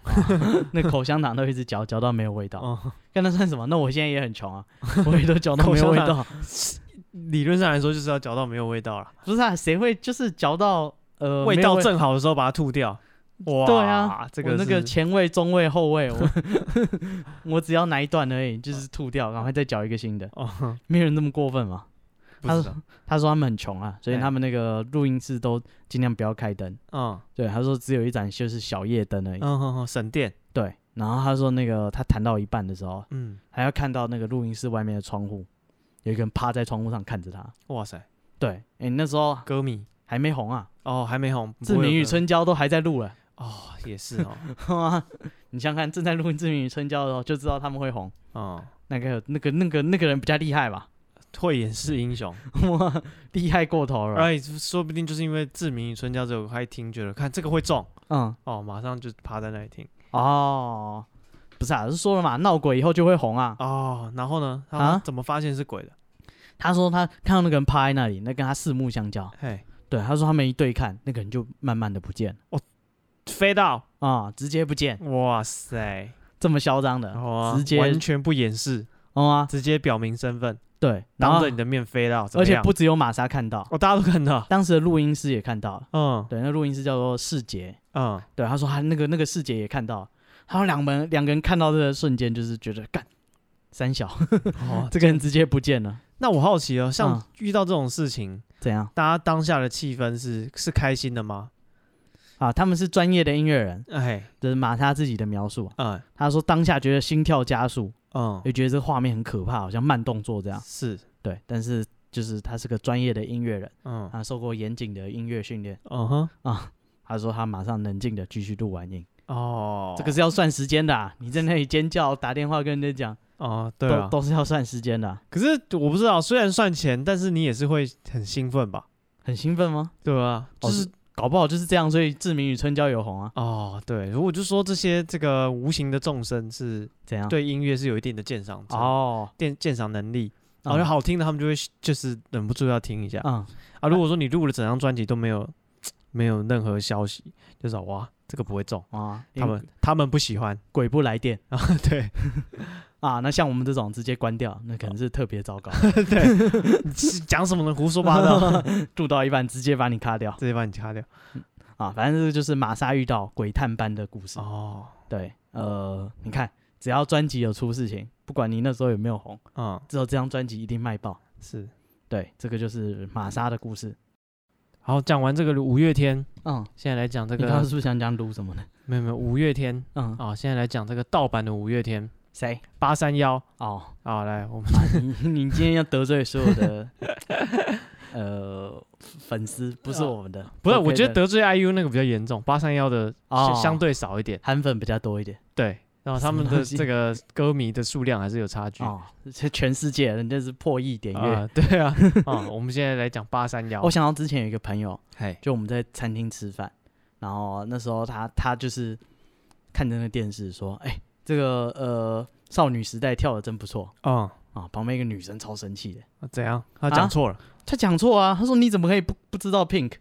B: 那口香糖都一直嚼嚼到没有味道。
A: 哦，
B: 干那算什么？那我现在也很 穷啊，我也都嚼到没有味
A: 口
B: 道。
A: 理论上来说就是要嚼到没有味道了，
B: 不是啊，谁会就是嚼到呃
A: 味道？
B: 没有
A: 正好的时候把它吐掉。哇，
B: 对啊，
A: 这
B: 我
A: 个
B: 那个
A: 是
B: 前味、中味、后 味，我 我只要哪一段而已，就是吐掉，然后再嚼一个新的。
A: 哦，
B: 没有人这么过分嘛？
A: 不
B: 他
A: 知
B: 说
A: 道，
B: 他说他们很穷啊，所以
A: 哎
B: 他们那个录音室都尽量不要开灯。
A: 嗯
B: 对，他说只有一盏就是小夜灯而已。
A: 嗯哼哼，省电，
B: 对，然后他说那个他弹到一半的时候，
A: 嗯，
B: 还要看到那个录音室外面的窗户，有一个人趴在窗户上看着他。
A: 哇塞，
B: 对，哎、那时候
A: 歌迷
B: 还没红啊，
A: 哦还没红，
B: 《
A: 不
B: 志
A: 会有
B: 明与
A: 歌
B: 春娇》都还在录了。
A: 哦，也是哦，
B: 你想想看，正在录音自名与春娇的时候就知道他们会红，
A: 嗯，
B: 那个那个那个那个人比较厉害吧？
A: 慧眼识英雄，
B: 哇，厉害过头了，
A: 哎，说不定就是因为志明与春娇这首歌，他一听觉得看这个会中
B: 嗯，
A: 哦，马上就趴在那里听
B: 哦，不是啊，是说了嘛，闹鬼以后就会红啊。
A: 哦，然后呢，他
B: 啊
A: 怎么发现是鬼的？
B: 他说他看到那个人趴在那里，那跟他四目相交，
A: 嘿，
B: 对，他说他们一对看，那个人就慢慢的不见了
A: 飞到，
B: 啊、直接不见，
A: 哇塞，
B: 这么嚣张的，
A: 然后啊
B: 直接
A: 完全不掩饰，
B: 哦啊，
A: 直接表明身份，
B: 对，然
A: 当
B: 后
A: 着你的面飞到，怎
B: 而
A: 么
B: 且
A: 样
B: 不，只有玛莎看到，
A: 哦，大家都看到，
B: 当时的录音师也看到了，
A: 嗯
B: 对，那录音师叫做世杰，
A: 嗯，
B: 对，他说他那个那个世杰也看到了，他们两门两个人看到这个瞬间就是觉得干三小，
A: 哦，
B: 这个人直接不见了，
A: 那我好奇哦，像
B: 嗯
A: 遇到这种事情，
B: 怎样
A: 大家当下的气氛是是开心的吗？
B: 啊？他们是专业的音乐人，
A: 哎，
B: 这是玛莎自己的描述啊，
A: 嗯
B: 他说当下觉得心跳加速，
A: 嗯，
B: 也觉得这个画面很可怕，好像慢动作这样。
A: 是，
B: 对，但是就是他是个专业的音乐人，
A: 嗯
B: 他受过严谨的音乐训练
A: 嗯哼，
B: 啊。他说他马上冷静的继续录完音，
A: 哦，
B: 这个是要算时间的、啊。你在那里尖叫、打电话跟人家讲，
A: 哦，对
B: 都
A: 啊，
B: 都是要算时间的啊、
A: 可是我不知道，虽然算钱，但是你也是会很兴奋吧？
B: 很兴奋吗？
A: 对吧？就
B: 哦
A: 是
B: 搞不好就是这样，所以志明与春娇有红啊？
A: 哦，对，我就说这些这个无形的众生是
B: 怎样？
A: 对音乐是有一定的鉴赏哦，
B: 啊哦，
A: 鉴鉴赏能力，然后
B: 嗯
A: 哦就好听的，他们就会就是忍不住要听一下
B: 嗯，
A: 啊。如果说你录了整张专辑都没有没有任何消息，就是哇，这个不会中，
B: 啊，
A: 他们他们不喜 欢
B: 鬼不来电
A: 啊， 对
B: 啊，那像我们这种直接关掉，那可能是特别糟糕，
A: 对， 你是讲什么呢？胡说八道，
B: 录到一半直接把你卡掉
A: 直接把你掐掉
B: 啊。反正这个就是玛莎遇到鬼探班的故事。
A: 哦，
B: 对，呃，你看，只要专辑有出事情，不管你那时候有没有红，
A: 嗯，
B: 之后这张专辑一定卖爆。
A: 是。
B: 对，这个就是玛莎的故事。
A: 好，讲完这个五月天，
B: 嗯，
A: 现在来讲这
B: 你刚刚
A: 个
B: 是不是想讲撸什么 呢？
A: 没有没有五月天
B: 嗯，
A: 啊，现在来讲这个盗版的五月天
B: 谁？
A: 八三幺
B: 哦，
A: 啊，来我们
B: 啊、你你今天要得罪所有的 呃粉丝，不是我们的，
A: 哦不是，
B: OK 的
A: 我觉得得罪 IU 那个比较严重，八三幺的
B: 哦
A: 相相对少一点，
B: 韩粉比较多一点
A: 对，然后他们
B: 什么
A: 的
B: 东西
A: 这个歌迷的数量还是有差距。
B: 哦，这全世界人家是破亿点阅。
A: 啊， 对 啊，啊，我们现在来讲八三幺
B: 我，想到之前有一个朋友，
A: 嘿，
B: 就我们在餐厅吃饭，然后那时候他他就是看着那个电视说，哎、这个呃少女时代跳的真不错
A: 嗯，
B: 啊。旁边一个女生超生气的，
A: 怎样？他讲错了，
B: 她讲错啊，她说你怎么可以不不知道 Pink？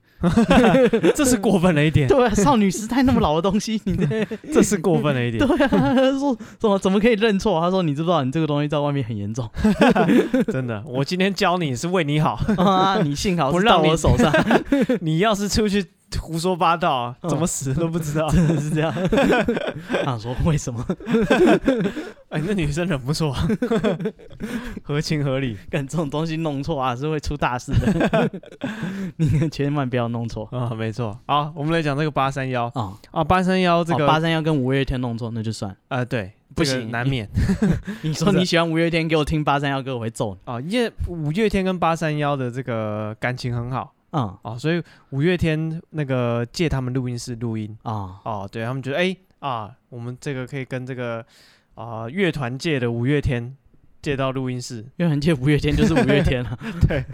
A: 这是过分了一点，
B: 对啊，少女时代那么老的东西， 你这
A: 这是过分了一点
B: 对，啊，她说怎么怎么可以认错？她说你知不知道你这个东西在外面很严重
A: 真的。我今天教你是为你好，
B: 啊？你幸好
A: 不
B: 是
A: 让
B: 到
A: 你
B: 我 手上，
A: 你要是出去胡说八道啊，
B: 嗯
A: 怎么死都不知 道。
B: 真的是这样。她说为什么？
A: 哎，那女生人不啊错，合情合理
B: 跟这种东西弄错啊是会出大事的， 你千万不要弄错。
A: 啊，没错。好，我们来讲这个八三幺
B: 哦，
A: 啊，八三幺这
B: 八
A: 个
B: 三幺跟五月天弄错，那就算了。
A: 呃，对，
B: 不
A: 这个
B: 行
A: 难免。
B: 你说你喜欢五月天，给我听八三幺歌，我会 揍你。
A: 啊，因为五月天跟八三幺的这个感情很好
B: 嗯
A: 啊，所以五月天那个借他们录音室录音
B: 啊
A: 哦，对他们觉得哎、啊，我们这个可以跟这个啊乐团界的五月天借到录音室，
B: 因为很借五月天就是五月天啊了。
A: 对，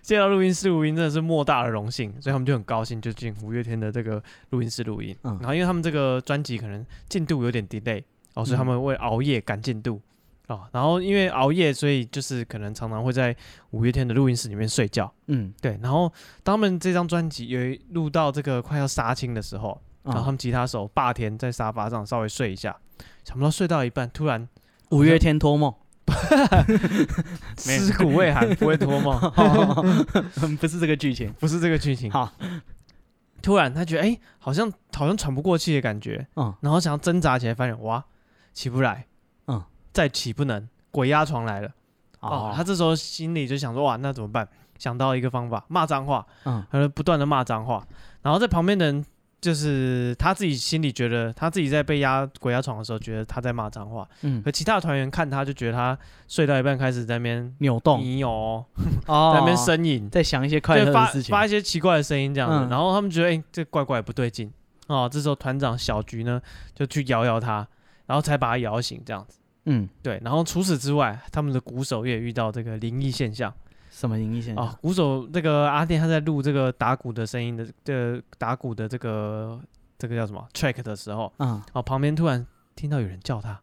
A: 借到录音室录音真的是莫大的荣幸，所以他们就很高兴就进五月天的这个录音室录音。
B: 嗯
A: 然后因为他们这个专辑可能进度有点 delay 哦，所以他们会熬夜赶进度。哦，然后因为熬夜，所以就是可能常常会在五月天的录音室里面睡觉。
B: 嗯，
A: 对，然后当他们这张专辑有一录到这个快要杀青的时候，然后他
B: 啊，
A: 们吉他手霸天在沙发上稍微睡一下，想不到睡到一半，突然
B: 五月天托梦， 没
A: 尸骨未寒，不会托梦，
B: 不是这个剧情。
A: 不是这个剧情。
B: 好，
A: 突然他觉得哎、好像好像喘不过气的感觉，
B: 嗯
A: 然后想要挣扎起来，发现哇，起不来，
B: 嗯，
A: 再起不能，鬼压床来了。 哦，他
B: 哦，
A: 这时候心里就想说哇，那怎么办？想到一个方法，骂脏话，
B: 嗯
A: 他就不断的骂脏话，然后在旁边的人就是他自己心里觉得他自己在被压鬼压床的时候，觉得他在骂脏话，
B: 嗯
A: 可，其他的团员看他就觉得他睡到一半开始在那边
B: 扭动
A: 你哦，
B: 哦
A: 在那边 呻吟，
B: 在想一些快乐
A: 对，
B: 的
A: 发
B: 事情
A: 发一些奇怪的声音这样子，
B: 嗯
A: 然后他们觉得哎、这怪怪不对劲，哦，这时候团长小菊呢就去摇摇他，然后才把他摇醒这样子。
B: 嗯，
A: 对，然后除此之外，他们的鼓手也遇到这个灵异现象
B: 什么灵异现象？
A: 啊、鼓手这个阿电他在录这个打鼓的声音的这打鼓的这个这个叫什么 track 的时候，
B: 嗯，
A: 哦，旁边突然听到有人叫他，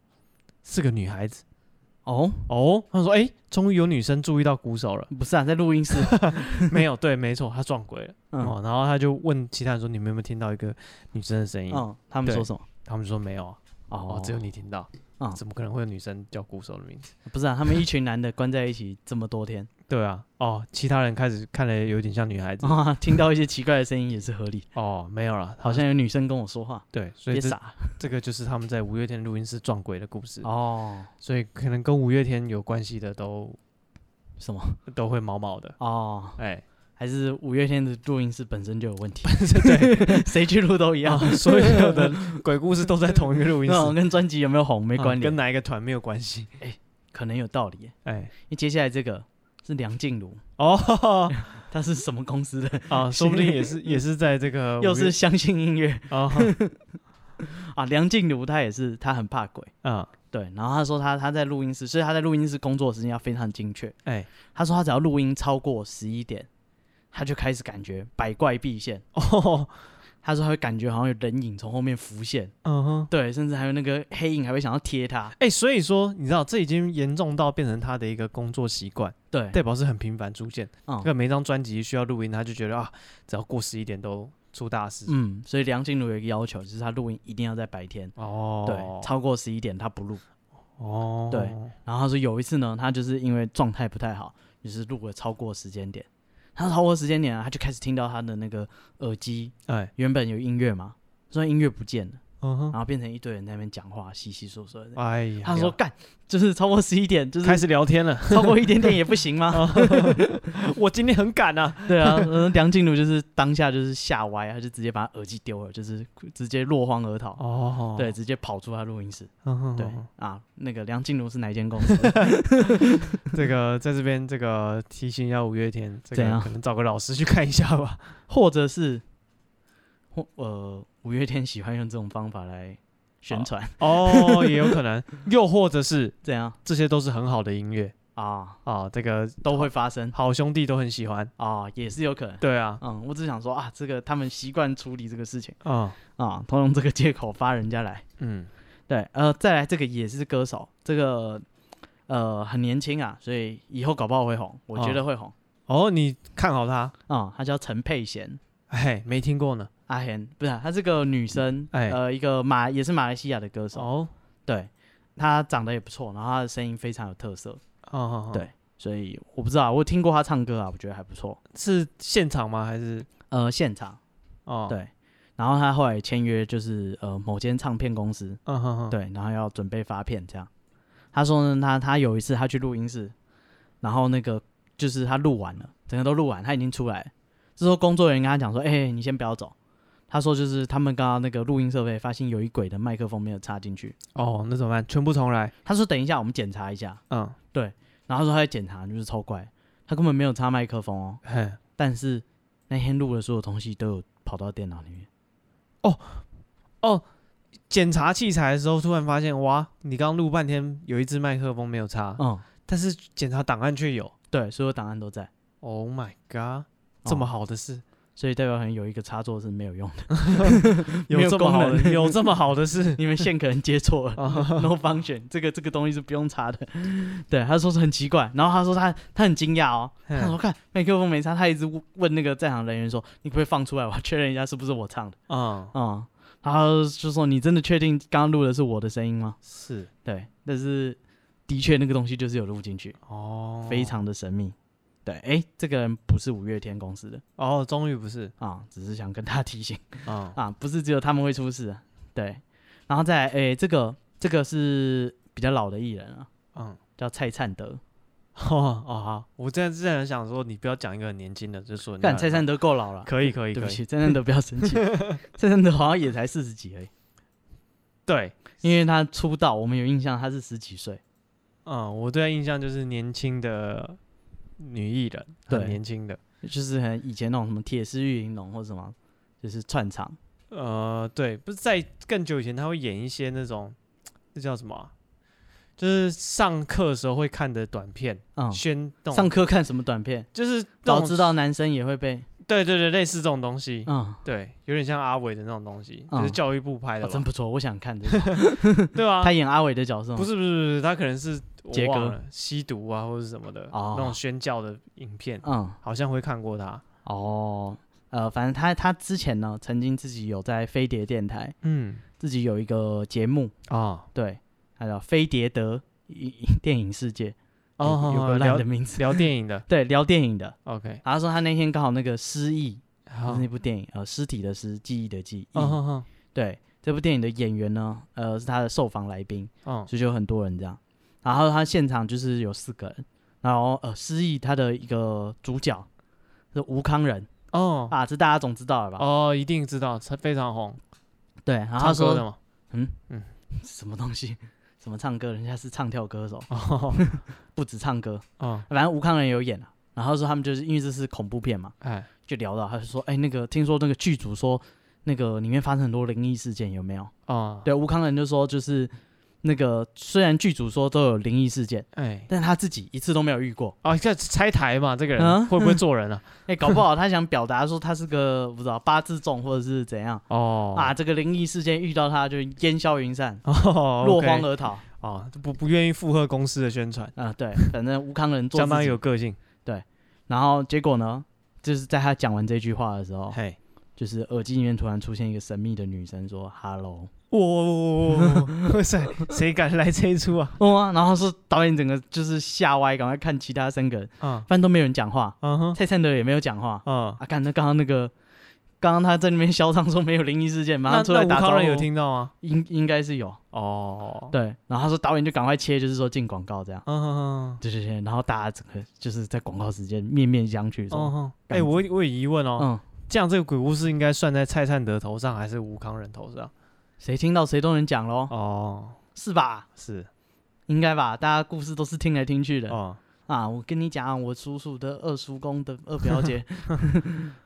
A: 是个女孩子。
B: 哦，
A: 哦，他说：“哎、终于有女生注意到鼓手了。
B: 不是啊，在录音室。
A: 没有，对，没错，他撞鬼了。
B: 嗯
A: 哦，然后他就问其他人说：“你们有没有听到一个女生的声音？”
B: 嗯，他们
A: 对
B: 说什么？
A: 他们说没有啊，哦，只有你听到。
B: 嗯
A: 怎么可能会有女生叫鼓手的名字？
B: 不是啊，他们一群男的关在一起这么多天，
A: 对啊，哦，其他人开始看了有点像女孩子。
B: 啊，听到一些奇怪的声音也是合理。
A: 哦，没有了，
B: 好像有女生跟我说话，
A: 对，所以
B: 别
A: 这
B: 傻
A: 这个就是他们在五月天录音室撞鬼的故事。
B: 哦，
A: 所以可能跟五月天有关系的都
B: 什么
A: 都会毛毛的。
B: 哦？
A: 哎，
B: 还是五月天的录音室本身就有问题，
A: 对，
B: 谁去录都一样
A: 啊。所有的鬼故事都在同一个录音室
B: 那，跟专辑有没有 红没
A: 没
B: 关
A: 跟
B: 联，
A: 哪一个团没有关系。
B: 可能有道理耶。
A: 哎，
B: 因为接下来这个是梁静茹，
A: 哦，
B: 她是什么公司的？
A: 啊，说不定也是也是在这个哦
B: 又
A: 五
B: 是
A: 月
B: 相信音乐
A: 啊
B: 啊。梁静茹她也是，她很怕鬼。
A: 啊，
B: 对，然后她说她她在录音室，所以她在录音室工作的时间要非常精确。
A: 哎，
B: 她说她只要录音超过十一点，她就开始感觉百怪必现。
A: 哦，
B: 她说她会感觉好像有人影从后面浮现，
A: 嗯哼。
B: 对，甚至还有那个黑影还会想要贴她。
A: 哎、所以说，你知道，这已经严重到变成他的一个工作习惯，
B: 对，
A: 代表是很频繁出现。
B: 嗯
A: 这个每一张专辑需要录音，他就觉得啊，只要过十一点都出大事。
B: 嗯，所以梁静茹有一个要求，就是她录音一定要在白天，
A: 哦，
B: 对，超过十一点她不录。
A: 哦，
B: 对然后他说有一次呢，他就是因为状态不太好，就是录了超过时间点。他超过时间点啊，他就开始听到他的那个耳机
A: 哎，
B: 原本有音乐嘛，所以音乐不见了，
A: 嗯
B: 然
A: 哼，
B: 后变成一堆人在那边讲话，稀稀疏疏的。
A: 哎呀，
B: 啊他说干，就是超过十一点，就是
A: 开始聊天了。
B: 超过一点点也不行 吗？
A: 我今天很赶 啊，
B: 哦对啊，嗯梁静茹就是当下就是吓歪，啊他就直接把耳机丢了，就是直接落荒而逃。
A: 哦，
B: 对，，直接跑出他录音室。
A: 嗯哼
B: 对
A: 哼哼
B: 啊，那个梁静茹是哪一间公司？
A: 这个在这边这个提醒一下五月天，这
B: 怎
A: 个
B: 样
A: 可能找个老师去看一下吧。
B: 或者是或呃，五月天喜欢用这种方法来宣传，
A: 哦，也有可能，又或者是
B: 这样
A: 这些都是很好的音乐
B: 啊
A: 啊，这个
B: 都会发生
A: 好兄弟都很喜欢。
B: 啊，也是有可能。
A: 对啊，
B: 嗯，我只想说啊，这个他们习惯处理这个事情
A: 啊，
B: 啊，都用这个借口发人家来。
A: 嗯，
B: 对，呃，再来这个也是歌手，这个呃很年轻啊，所以以后搞不好会红，我觉得会红
A: 哦，你看好他？
B: 啊、她叫陈佩贤，
A: 哎，没听过呢。
B: 阿贤不是啊、她是个女生，
A: 哎
B: 呃，一个马也是马来西亚的歌手，
A: 哦，
B: 对，她长得也不错，然后她的声音非常有特色，
A: 哦，
B: 对所以我不知道，我听过他唱歌啊，我觉得还不错。
A: 是现场吗？还是
B: 呃，现场
A: 哦，
B: 对然后他后来签约就是呃某间唱片公司，
A: 嗯哼哼，，
B: 对，然后要准备发片这样。他说呢，他他有一次他去录音室，然后那个就是他录完了，整个都录完，他已经出来了。这时候工作人员跟他讲说：“哎、你先不要走。”他说就是他们刚刚那个录音设备发现有一轨的麦克风没有插进去。
A: 哦，那怎么办？全部重来。
B: 他说等一下我们检查一下，
A: 嗯，
B: 然后他说他在检查就是超怪，他根本没有插麦克风哦。
A: 嘿，
B: 但是那天录的所有东西都有跑到电脑里面。
A: 哦。检查器材的时候，突然发现，哇，你刚录半天有一支麦克风没有插，
B: 嗯，
A: 但是检查档案却有。
B: 对，所有档案都在，
A: Oh my god！这么
B: 哦
A: 好的事，
B: 所以代表可能有一个插座是没有用的。
A: 有
B: 没有
A: 这么好
B: 功
A: 的，
B: 能
A: 有这么好的 事
B: 你们线可能接错
A: 哦
B: 了 ，no function，这个这个东西是不用插的。对，他说是很奇怪，然后他说他他很惊讶哦，
A: 嗯
B: 他说看麦克风没插，他一直问那个在场人员说你可不可以放出来，我要确认一下是不是我唱的
A: 嗯，
B: 啊、嗯然后就说你真的确定刚刚录的是我的声音吗？
A: 是
B: 对，但是的确那个东西就是有录进去，
A: 哦，
B: 非常的神秘。对，哎，这个人不是五月天公司的
A: 哦，终于不是
B: 啊，只是想跟他提醒。
A: 啊，
B: 啊，不是只有他们会出事，啊对。然后再来，诶、这个这个是比较老的艺人啊，
A: 嗯，
B: 叫蔡灿德。
A: 哦哦好，我这之前想说你不要讲一个很年轻的，就说你
B: 但
A: 要
B: 蔡灿德够老了，
A: 可以可以
B: 对
A: 可
B: 不
A: 以，
B: 起，蔡灿德不要生 气，蔡灿德好像也才四十几而已，
A: 对，
B: 因为他出道，我们有印象他是十几岁，
A: 嗯，我对他印象就是年轻的女艺人，很
B: 对
A: 年轻的，
B: 就是很以前那种什么铁丝玉玲珑或者什么，就是串场
A: 呃，对，不是在更久以前，他会演一些那种那叫什么啊、就是上课的时候会看的短片，
B: 嗯，
A: 宣动
B: 上课看什么短片？
A: 就是那
B: 早
A: 种
B: 知道男生也会被，
A: 对对对，类似这种东西，
B: 嗯，
A: 对，有点像阿伟的那种东西，就是
B: 嗯
A: 教育部拍的
B: 哦
A: 吧，
B: 真不错，我想看这 个。
A: 对啊，
B: 他演阿伟的角色吗，
A: 不是不是不是，他可能是我
B: 杰
A: 忘
B: 哥
A: 了吸毒啊或者是什么的、
B: 哦
A: 那种宣教的影片，
B: 嗯，
A: 好像会看过他。
B: 哦，呃，反正他他之前呢，曾经自己有在飞碟电台
A: 嗯
B: 自己有一个节目，
A: 啊
B: 对，它叫《飞碟德影电影世界》有，
A: 哦，
B: 有个烂
A: 聊
B: 的名字，
A: 聊电影的
B: 对，聊电影的。
A: ，OK，
B: 他说他那天刚好那个失忆，就
A: 好
B: 是那部电影，呃，尸体的尸，记忆的记，忆，
A: 哦哦
B: 对，这部电影的演员呢，呃，是他的受访来宾，
A: 哦哦，
B: 所以就有很多人这样。然后他现场就是有四个人，然后呃，失忆他的一个主角是吴康仁
A: 哦
B: 啊，这大家总知道了吧？
A: 哦，一定知道，他非常红，
B: 对，然后他
A: 唱歌
B: 啊说
A: 的嘛。
B: 什么东西？ 什么唱歌？人家是唱跳歌手，
A: 哦
B: 不止唱歌。
A: 哦，
B: 反正吴康仁有演啊。然后说他们就是因为这是恐怖片嘛，
A: 哎，
B: 就聊到他就说，哎、那个听说那个剧组说那个里面发生很多灵异事件，有没有？
A: 哦，，
B: 对，吴康仁就说就是那个虽然剧组说都有灵异事件，
A: 哎，
B: 但他自己一次都没有遇过。
A: 啊，这拆台嘛，这个人
B: 啊
A: 会不会做人啊？
B: 哎、搞 不好他想表达说他是个不知道八字重或者是怎样、
A: 哦
B: 啊，，这个灵异事件遇到他就烟消云散，
A: 哦，
B: 落荒
A: 了
B: 而逃啊、
A: 哦，不不愿意附和公司的宣传，
B: 对，反正吴康仁做
A: 相
B: 自
A: 当
B: 己
A: 有个性，
B: 然后结果呢，就是在他讲完这句话的时候，
A: 嘿，
B: 就是耳机里面突然出现一个神秘的女生说 “hello”，
A: 哇哇哇哇塞，哦 谁敢来这一出啊？
B: 哇、哦然后说导演整个就是吓歪，赶快看其他三个人，
A: 啊，
B: 反正都没有人讲话，
A: 嗯哼，
B: 蔡灿德也没有讲话
A: 啊，
B: 啊。看那刚刚那个，刚刚他在那边嚣张说没有灵异事件，马上出来
A: 那
B: 打
A: 吴
B: 招
A: 康
B: 呼，
A: 仁有听到吗？
B: 应应该是有
A: 哦，
B: 对。然后他说导演就赶快切，就是说进广告这样。
A: 嗯哼
B: 对对对，然后大家整个就是在广告时间面面相觑，
A: 哼，
B: 说、
A: 嗯哼，
B: 这
A: 哎，
B: 样
A: 我有我有疑问哦，
B: 嗯，
A: 这样这个鬼故事应该算在蔡灿德头上还是吴康仁头上？
B: 谁听到谁都能讲咯，
A: 哦，
B: 是吧？
A: 是，
B: 应该吧，大家故事都是听来听去的、
A: 哦，
B: 啊。我跟你讲，我叔叔的二叔公的二表 姐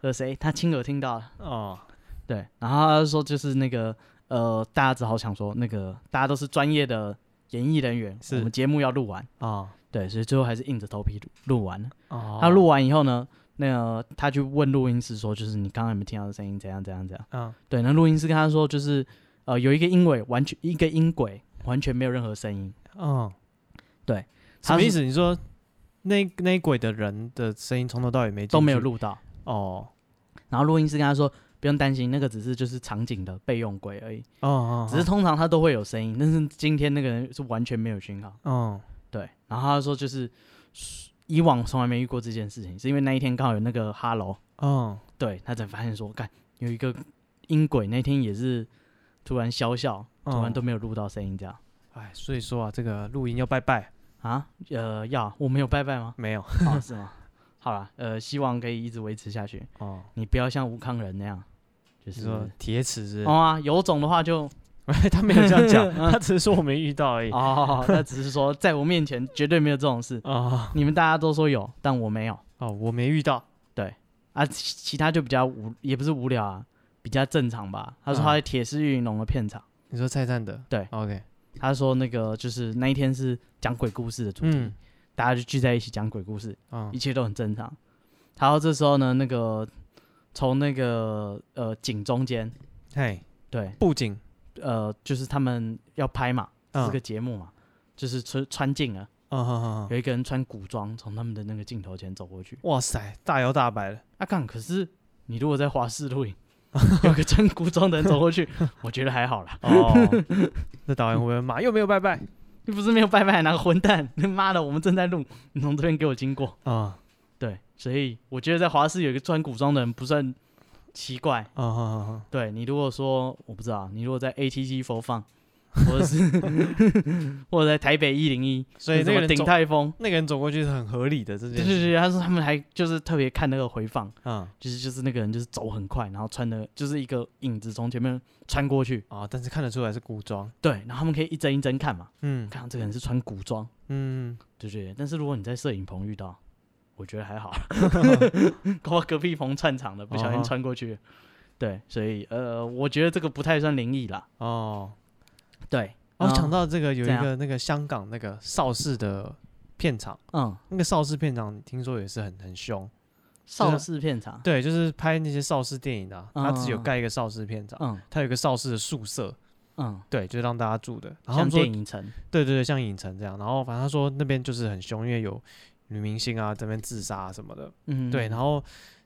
B: 的谁，他亲耳听到了。
A: 哦，
B: 对，然后他就说就是那个呃，大家只好想说那个大家都是专业的演艺人员，
A: 是
B: 我们节目要录完，
A: 哦，
B: 对，所以最后还是硬着头皮录录完了。
A: 哦，
B: 他录，完以后呢，那个他去问录音师说，就是你刚刚有没有听到的声音怎样怎样怎样？
A: 嗯，
B: 对，那录音师跟他说就是呃有一个音轨完全一个音轨完全没有任何声音，
A: 嗯，
B: 对，
A: 什么
B: 他是
A: 意思？你说那那一鬼的人的声音从头到尾没进
B: 都没有
A: 去
B: 录到。
A: 哦，
B: 然后录音师跟他说不用担心，那个只是就是场景的备用轨而已，
A: 哦哦，
B: 只是通常他都会有声音，但是今天那个人是完全没有讯号。
A: 哦，
B: 对，然后他说就是以往从来没遇过这件事情，是因为那一天刚好有那个哈喽，
A: 嗯嗯，
B: 对他才发现说，干有一个音轨那天也是突然消笑，突
A: 哦
B: 然都没有录到声音这样。
A: 嗯哎，所以说啊，这个录音要拜拜，
B: 啊，呃，要我没有
A: ？
B: 拜拜吗
A: 没有
B: 啊，是吗？好了，呃，希望可以一直维持下去，
A: 哦，
B: 你不要像吴康仁那样，就
A: 你
B: 是
A: 说铁齿是不
B: 哦
A: 是？
B: 啊，有种的话就
A: 他没有这 样讲，他只是说我没遇到而已。
B: 哦，那只是说在我面前绝对没有这种事，
A: 哦
B: 你们大家都说有，但我没有
A: 哦，我没遇到
B: 啊，其其他就比较无，也不是无聊啊，比较正常吧。他说
A: 嗯
B: 他在铁狮玉龙的片场，
A: 你说蔡灿德
B: 对
A: ，OK，
B: 他说那个就是那一天是讲鬼故事的主题，
A: 嗯
B: 大家就聚在一起讲鬼故事，一
A: 嗯
B: 切都很正常。然后这时候呢，那个从那个呃井中间，
A: 嘿，
B: 对，
A: 布景
B: 呃，就是他们要拍嘛，这
A: 嗯
B: 是个节目嘛，就是穿穿进了，
A: 嗯嗯嗯，
B: 有一个人穿古装从他们的那个镜头前走过去。
A: 哇塞，大摇大 摆的，
B: 啊，干，可是你如果在华视录影，有个穿古装的人走过去， 我觉得还好啦。
A: 哦，那导演会不会骂？又没有拜拜
B: 你不是没有拜拜，哪个混蛋？ 他妈的，我们正在录，你从这边给我经过。
A: 啊
B: 对，所以我觉得在华视有一个穿古装的人不算奇怪。
A: 啊啊！
B: 对你如果说我不知道，你如果在 ATT 播放，或者是 或者在台北一零一，
A: 所以
B: 那
A: 那个
B: 个
A: 人
B: 鼎
A: 走
B: 泰丰，
A: 那个人走过去是很合理的这
B: 对
A: 件
B: 对
A: 事。
B: 对，他说他们还就是特别看那个回放，
A: 嗯
B: 就是就是那个人就是走很快，然后穿的就是一个影子从前面穿过去，
A: 啊，但是看得出来是古装。
B: 对，然后他们可以一帧一帧看嘛，
A: 嗯
B: 看到这个人是穿古装，
A: 嗯，
B: 对对对。但是如果你在摄影棚遇到， 我觉得还好，搞不好隔壁棚串场的不小心穿过去，对，所以呃，我觉得这个不太算灵异啦。
A: 哦，
B: 对，
A: 哦我想
B: 嗯，
A: 到这个有
B: 怎
A: 一
B: 样
A: 个那个香港那个邵氏的片场，
B: 嗯，
A: 那个邵氏片场听说也是很很凶，
B: 邵氏片场，
A: 对，就是拍那些邵氏电影的啊、他只有
B: 嗯
A: 盖一个邵氏片场，
B: 嗯
A: 他有一个邵氏的宿舍，
B: 嗯，
A: 对，就是让大家住的。然后他
B: 像
A: 们说
B: 电，影城，
A: 对对对，像影城这样。然后反正他说那边就是很凶，因为有女明星啊这边自杀、什么的。
B: 嗯，
A: 对，然后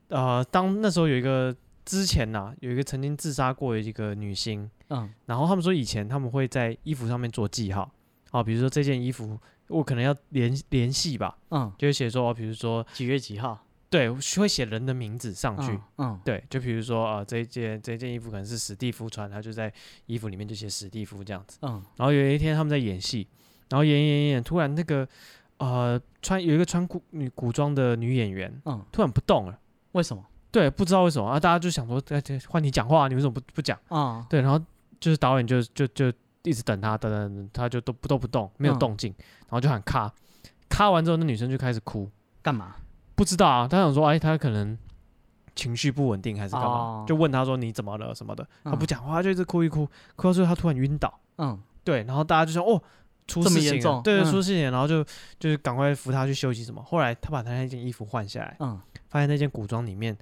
A: 呃，当那时候有一个之前呐、有一个曾经自杀过的一个女星，
B: 嗯
A: 然后他们说以前他们会在衣服上面做记号，啊，比如说这件衣服我可能要联联系吧，
B: 嗯，
A: 就会写说，哦比如说
B: 几月几号
A: 对，会写人的名字上去。
B: 嗯嗯
A: 对，就比如说啊、呃这一件这一件衣服可能是史蒂夫穿，他就在衣服里面就写史蒂夫这样子。
B: 嗯
A: 然后有一天他们在演戏，然后演演演演，突然那个呃穿有一个穿古女古装的女演员
B: 嗯，
A: 突然不动了，
B: 为什么？对
A: 对，不知道为什么啊，大家就想说，哎、这换你讲话啊，你为什么不不讲？
B: 啊，
A: 对，然后就是导演就就就一直等他，等等等，他就都不都不动，没有
B: 嗯
A: 动静，然后就喊咔，咔完之后那女生就开始哭，
B: 干嘛？
A: 不知道啊，他想说，哎，他可能情绪不稳定还是干嘛，
B: 哦
A: 就问他说你怎么了什么的，他
B: 嗯
A: 不讲话，他就一直哭一哭，哭到最后他突然晕倒，
B: 嗯
A: 对，然后大家就说哦。出
B: 这么
A: 事情
B: 严
A: 了
B: 重，
A: 对，
B: 嗯
A: 出事情了，然后就就是赶快扶他去休息什么。后来他把他那件衣服换下来，
B: 嗯
A: 发现那件古装里面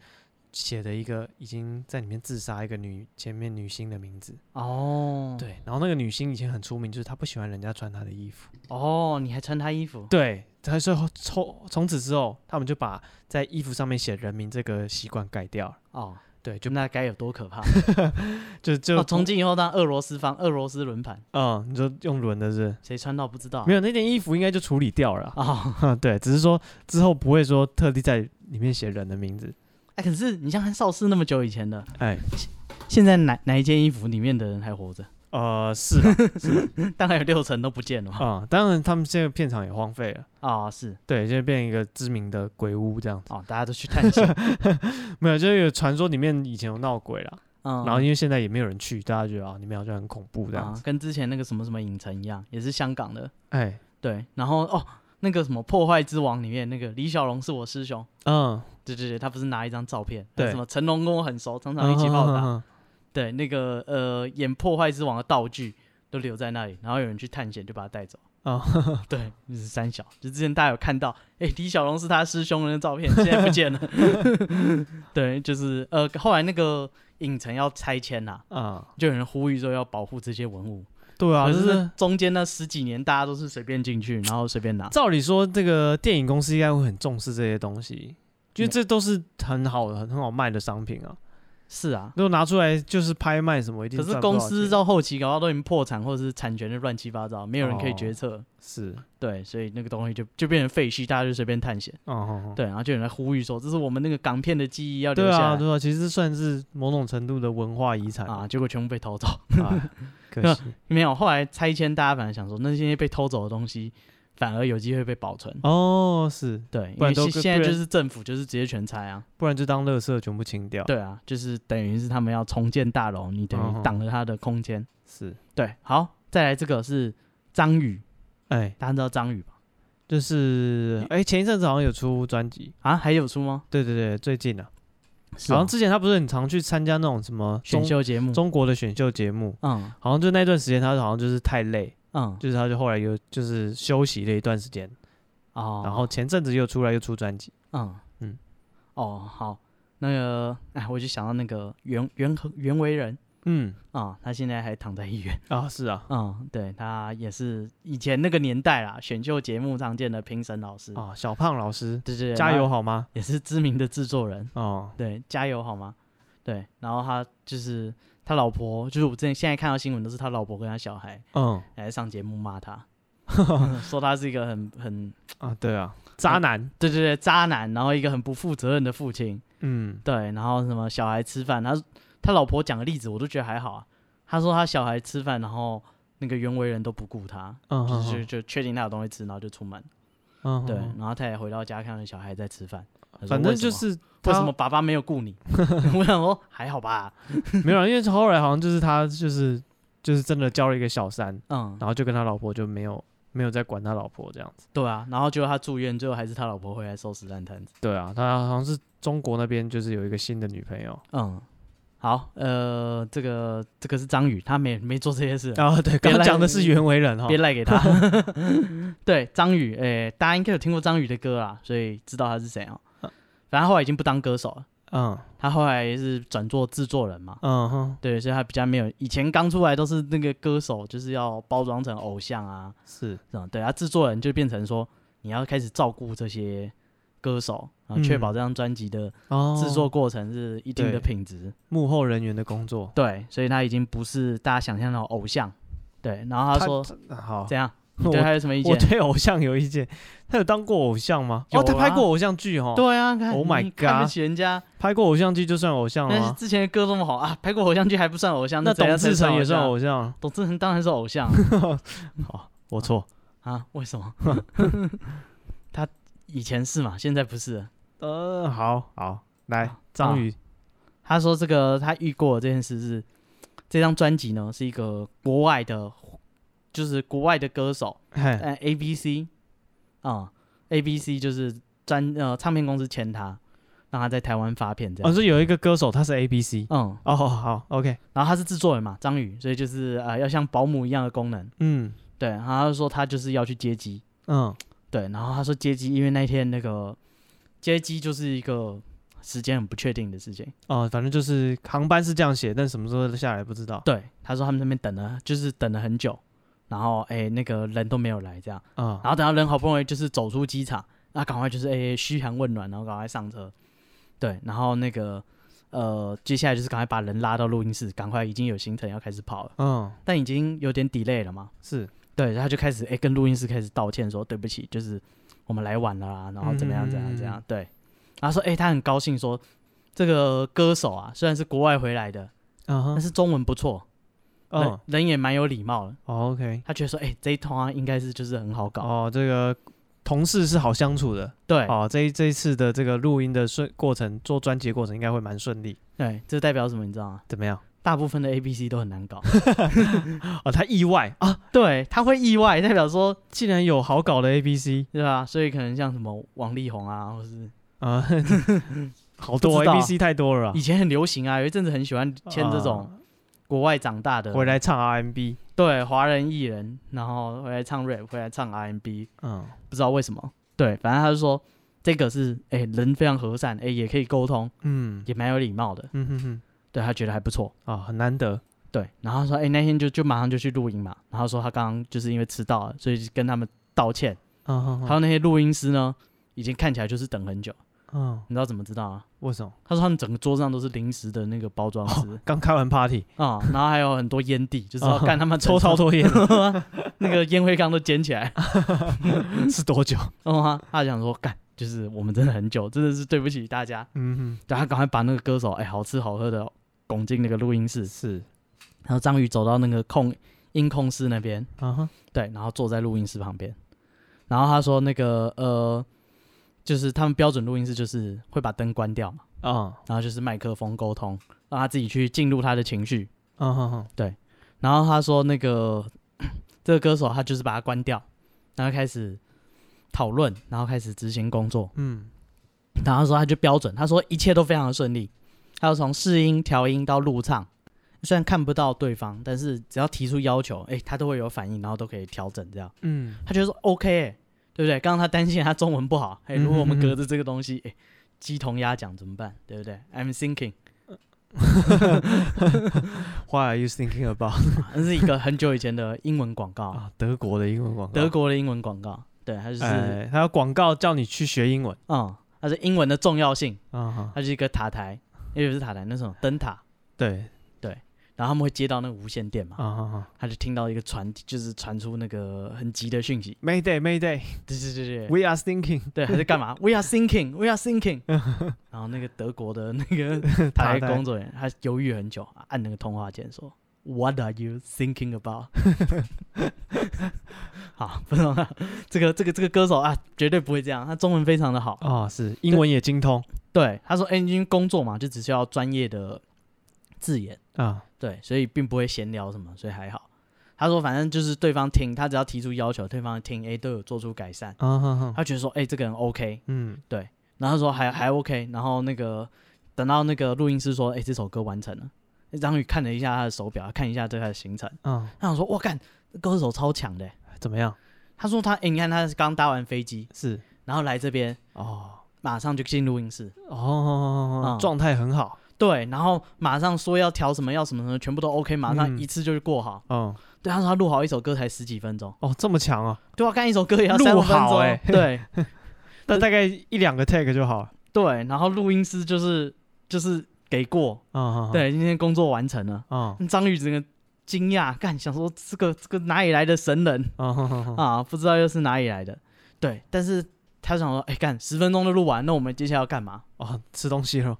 A: 写的一个已经在里面自杀一个女前面女星的名字，
B: 哦，
A: 对，然后那个女星以前很出名，就是她不喜欢人家穿她的衣服。
B: 哦，你还穿他衣服？
A: 对，她说从从此之后，他们就把在衣服上面写人名这个习惯改掉了。
B: 哦，
A: 对，就
B: 就那该有多可怕！
A: 就就
B: 哦，从今以后当俄罗斯方，俄罗斯轮盘，
A: 嗯，你说用轮的是不是
B: 谁穿到不知道啊
A: 没有那件衣服应该就处理掉了啊、
B: 哦，
A: 对，只是说之后不会说特地在里面写人的名字。
B: 哎，可是你像看邵氏那么久以前的，
A: 哎，
B: 现在哪哪一件衣服里面的人还活着？
A: 呃，是啊，
B: 当然有六成都不见了嘛。
A: 嗯，当然他们现在片场也荒废了。
B: 啊，是
A: 对，现在变一个知名的鬼屋这样子，
B: 哦，大家都去探险，
A: 没有，就是有传说里面以前有闹鬼啦，
B: 嗯，
A: 然后因为现在也没有人去，大家觉得啊，里面好像很恐怖这样
B: 啊
A: 子。，
B: 跟之前那个什么什么影城一样，也是香港的，
A: 哎，
B: 对。然后哦，那个什么破坏之王里面那个李小龙是我师兄，
A: 嗯，
B: 对对对，他不是拿一张照片，
A: 对
B: 什么成龙跟我很熟，常常一起报打，
A: 嗯
B: 对，那个呃演破坏之王的道具都留在那里，然后有人去探险就把他带走。
A: 嗯嗯嗯
B: 对，就是三小，就之前大家有看到，哎、李小龙是他师兄的那照片，现在不见了。 对，就是呃，后来那个影城要拆迁啦、
A: 嗯，
B: 就有人呼吁说要保护这些文物。
A: 对啊，
B: 可
A: 就是
B: 那
A: 是
B: 中间那十几年，大家都是随便进去，然后随便拿。
A: 照理说，这个电影公司应该会很重视这些东西，因为
B: 嗯
A: 这都是很好的、很好卖的商品啊。
B: 是啊，
A: 如果拿出来就是拍卖什么，一定
B: 可是
A: 赚不到
B: 公司
A: 钱
B: 到后期搞到都已经破产，或者是产权就乱七八糟，没有人可
A: 哦
B: 以决策。
A: 是，
B: 对，所以那个东西就就变成废墟，大家就随便探险。
A: 哦哦，哦
B: 对，然后就有人呼吁说，这是我们那个港片的记忆要留
A: 对
B: 下
A: 啊，
B: 来
A: 对啊，其实算是某种程度的文化遗产
B: 啊，结果全部被偷走。
A: 啊，可惜
B: 没有，后来拆迁，大家反而想说，那些被偷走的东西反而有机会被保存。
A: 哦，是，
B: 对，
A: 不然
B: 因为
A: 都
B: 现
A: 跟
B: 现
A: 不
B: 在
A: 然
B: 就是政府就是直接全拆啊。
A: 不然就当垃圾全部清掉。，
B: 对啊，就是等于是他们要重建大楼，你等
A: 嗯
B: 于
A: 嗯
B: 挡了他的空间。
A: 是，
B: 对，好，再来这个是张宇，
A: 哎，
B: 大家知道张宇吧？
A: 就是，哎，前一阵子好像有出专辑，
B: 啊，还有出吗？
A: 对对对，最近啊，
B: 是
A: 好像
B: 哦
A: 之前他不是很常去参加那种什么
B: 选
A: 中
B: 秀节目。
A: 中国的选秀节目，
B: 嗯
A: 好像就那段时间他好像就是太累，
B: 嗯
A: 就是他就后来又就是休息了一段时间，
B: 哦，
A: 然后前阵子又出来又出专辑，
B: 嗯
A: 嗯
B: 嗯哦好，那个哎，我就想到那个袁袁和袁惟仁
A: 嗯
B: 啊、他现在还躺在医院。
A: 啊是啊
B: 嗯，对他也是以前那个年代啦，选秀节目常见的评审老师，
A: 啊小胖老师
B: 对对对，
A: 加油
B: 他
A: 好吗？
B: 也是知名的制作人，
A: 哦
B: 对，加油好吗？对，然后他就是他老婆，就是我之前现在看到新闻都是他老婆跟他小孩
A: 嗯
B: 来上节目 骂他，说他是一个很很
A: 啊对啊渣男
B: 对对对渣男，然后一个很不负责任的父亲，
A: 嗯
B: 对，然后什么小孩吃饭，他他老婆讲的例子我都觉得还好啊，他说他小孩吃饭，然后那个袁惟仁都不顾他，
A: 嗯
B: 就
A: 哼
B: 是
A: 哼
B: 就确定他有东西吃，然后就出门。
A: 嗯
B: 对，
A: 哼
B: 然后他也回到家看到小孩在吃饭，他
A: 哼
B: 说
A: 反正
B: 为什
A: 就
B: 么
A: 是
B: 为什
A: 他
B: 么爸爸没有顾你？ 我想说还好吧，
A: 没有啊，因为后来好像就是他就是就是真的交了一个小三，
B: 嗯，
A: 然后就跟他老婆就没有没有再管他老婆这样子。
B: 对啊，然后结果他住院，最后还是他老婆回来收拾烂摊子，
A: 对啊，他好像是中国那边就是有一个新的女朋友，
B: 嗯，好，呃，这个这个是张宇，他没没做这些事，
A: 啊，对，
B: 别
A: 刚
B: 赖
A: 讲的是袁惟仁哈
B: 别，赖给他。 对，张宇，诶、大家应该有听过张宇的歌啦，所以知道他是谁哦。反正他后来已经不当歌手了，
A: 嗯
B: 他后来是转做制作人嘛。
A: 嗯哼，
B: 对，所以他比较没有以前刚出来都是那个歌手，就是要包装成偶像啊，
A: 是
B: 这种。对，他制作人就变成说你要开始照顾这些歌手，然后确
A: 嗯
B: 保这张专辑的
A: 哦，
B: 制作过程是一定的
A: 对
B: 品质。
A: 幕后人员的工作。
B: 对，所以他已经不是大家想象那种偶像。对，然后他说
A: 好，
B: 怎样？你
A: 我
B: 对他有什么意
A: 我
B: 见？
A: 对偶像有意见，他有当过偶像吗？
B: 有
A: 哦，他拍
B: 啊
A: 过偶像剧哦，，
B: 对啊，看
A: Oh my
B: 你看不
A: God
B: 起人家，
A: 拍过偶像剧就算偶像了
B: 但是
A: 吗？
B: 之前的歌这么好啊，拍过偶像剧还不算偶像，
A: 那
B: 怎
A: 董
B: 样才
A: 志成也算
B: 像，
A: 偶 像？
B: 董志成当然是偶像啊
A: 好，我错。
B: 啊？为 什么？ 他以前是嘛，现在不是了。
A: 呃，好好，来
B: 好
A: 章鱼，
B: 他说这个他遇过的这件事是，这张专辑呢是一个国外的，就是国外的歌手，
A: 嘿，
B: 呃，A B C 啊、a B C 就是专呃唱片公司签他，让他在台湾发片这
A: 哦，
B: 样。
A: 是有一个歌手，他是 A B C。
B: 嗯，
A: 哦，好，OK，
B: 然后他是制作人嘛，张宇，所以就是呃要像保姆一样的功能。
A: 嗯
B: 对，然后他就说他就是要去接机。
A: 嗯，
B: 对，然后他说接机，因为那天那个接机就是一个时间很不确定的事情。
A: 哦，反正就是航班是这样写，但什么时候下来不知道。
B: 对，他说他们那边等了，就是等了很久，然后哎、那个人都没有来这样，
A: 啊，
B: 然后等到人好不容易就是走出机场，那赶快就是哎嘘寒问暖，然后赶快上车。对，然后那个呃，接下来就是赶快把人拉到录音室，赶快已经有行程要开始跑了，
A: 嗯，
B: 但已经有点 delay 了嘛。
A: 是，
B: 对，他就开始哎、跟录音师开始道歉说对不起，就是我们来晚了啦，然后怎么样怎么样
A: 嗯
B: 怎么样。对，然后说哎、他很高兴说这个歌手啊，虽然是国外回来的，
A: 嗯
B: 但
A: 哼，
B: 是中文不错，人、
A: 嗯
B: 人也蛮有礼貌的。
A: 哦，OK，
B: 他觉得说哎、这一通啊应该是就是很好搞。
A: 哦，这个同事是好相处的。
B: 对，
A: 哦，这一这一次的这个录音的顺过程，做专辑的过程应该会蛮顺利，
B: 对，这代表什么你知道吗？
A: 怎么样？
B: 大部分的 A B C 都很难搞，
A: 哦，他意外啊，
B: 对，他会意外，代表说
A: 竟然有好搞的 A B C
B: 对吧？所以可能像什么王力宏啊，或是
A: 啊，好多
B: 不知道
A: A B C 太多了啊
B: 以，前很流行啊，有一阵子很喜欢签这种
A: 啊
B: 国外长大的，
A: 回来唱 R N B，
B: 对华人艺人，然后回来唱 rap，回来唱 R&B，
A: 嗯，
B: 不知道为什么，对，反正他就说这个是哎、人非常和善，哎、也可以沟通，
A: 嗯
B: 也蛮有礼貌的，
A: 嗯哼哼，
B: 对他觉得还不错。
A: 啊，很难得，
B: 对，然后他说，哎、那天就就马上就去录音嘛，然后说他刚刚就是因为迟到了，所以就跟他们道歉。
A: 嗯哼
B: 还
A: 哼，
B: 有那些录音师呢，已经看起来就是等很久，
A: 嗯，
B: 你知道怎么知道啊？
A: 为什么？
B: 他说他们整个桌上都是零食的那个包装纸
A: 刚开完 party，
B: 啊、然后还有很多烟蒂，就是要
A: 哦
B: 干他们
A: 抽超
B: 超
A: 多烟
B: 那个烟灰缸都捡起来。
A: 是多久？
B: 然后他他想说干，就是我们真的很久，真的是对不起大家。
A: 嗯
B: 对他赶快把那个歌手哎、好吃好喝的拱进那个录音室
A: 哼，，是，
B: 然后章鱼走到那个控音控室那边，
A: 啊哈，
B: 对，然后坐在录音室旁边。然后他说那个呃，就是他们标准录音室就是会把灯关掉嘛，
A: 啊，
B: 然后就是麦克风沟通，让他自己去进入他的情绪。
A: 嗯哼哼，
B: 然后他说那个 这个歌手他就是把它关掉，然后开始讨论，然后开始执行工作。
A: 嗯，
B: 然后他说他就标准，他说一切都非常的顺利，他要从试音、调音到录唱，虽然看不到对方，但是只要提出要求，哎，他都会有反应，然后都可以调整这样。
A: 嗯，
B: 他觉得说 OK，欸、对不对？刚刚他担心他中文不好，哎，
A: 嗯
B: 如果我
A: 嗯
B: 们
A: 嗯
B: 隔着这个东西，哎，鸡同鸭讲怎么办？对不对？I'm thinking，
A: What are you thinking about？
B: 那啊是一个很久以前的英文广 告，
A: 啊，德国的英文广告，
B: 德国的英文广告。对，他就是、
A: 哎，还有广告叫你去学英文，
B: 嗯，它是英文的重要性，
A: 啊哈，
B: 它是一个塔台，也不是塔台，那是什么灯塔，
A: 对，
B: 然后他们会接到那个无线电嘛，
A: 啊哈哈
B: 他就听到一个传，就是传出那个很急的讯息，
A: ，Mayday，Mayday，We
B: 对对对对，
A: are thinking。
B: 对，他在干 嘛？We are thinking, we are thinking 。然后那个德国的那 个塔台
A: 塔台
B: 工作人员，他犹豫很久，按那个通话键说。What are you thinking about？好，不懂了。这个这个这个歌手啊，绝对不会这样。他中文非常的好，
A: 啊、是英文也精通
B: 对，他说 n 因为工作嘛，就只需要专业的字眼，
A: 啊，
B: 对，所以并不会闲聊什么，所以还好。他说反正就是对方听，他只要提出要求，对方听，哎、都有做出改善，
A: 啊哈哈，
B: 他觉得说，哎、这个人 OK，
A: 嗯
B: 然后他说还还 OK，然后那个。等到那个录音师说：“哎、这首歌完成了。”张宇看了一下他的手表，看一下对他的行程，
A: 嗯，
B: 他想说：“我干，这歌手超强的欸。
A: 怎么样？”
B: 他说他：“哎、你看他刚搭完飞机，
A: 是
B: 然后来这边，
A: 哦
B: 马上就进录音室，
A: 哦，
B: 嗯
A: 状态很好，
B: 对，然后马上说要调什么要什么什么，全部都 OK，马上
A: 嗯
B: 一次就是过好。
A: 嗯，
B: 对，他说他录好一首歌才十几分钟，
A: 哦，这么强啊，
B: 对啊，干一首歌也要
A: 录
B: 三五分
A: 好
B: 钟，
A: 欸
B: 对
A: 那大概一两个 tag 就好了，
B: 对，然后录音师就是就是给过，
A: 嗯，嗯，
B: 对，今天工作完成了。
A: 嗯
B: 张宇整个惊讶，干想说这个这个哪里来的神人
A: 嗯嗯嗯，
B: 啊？不知道又是哪里来的。对，但是他想说，哎、干十分钟都录完，那我们接下来要干嘛
A: 哦，吃东西了，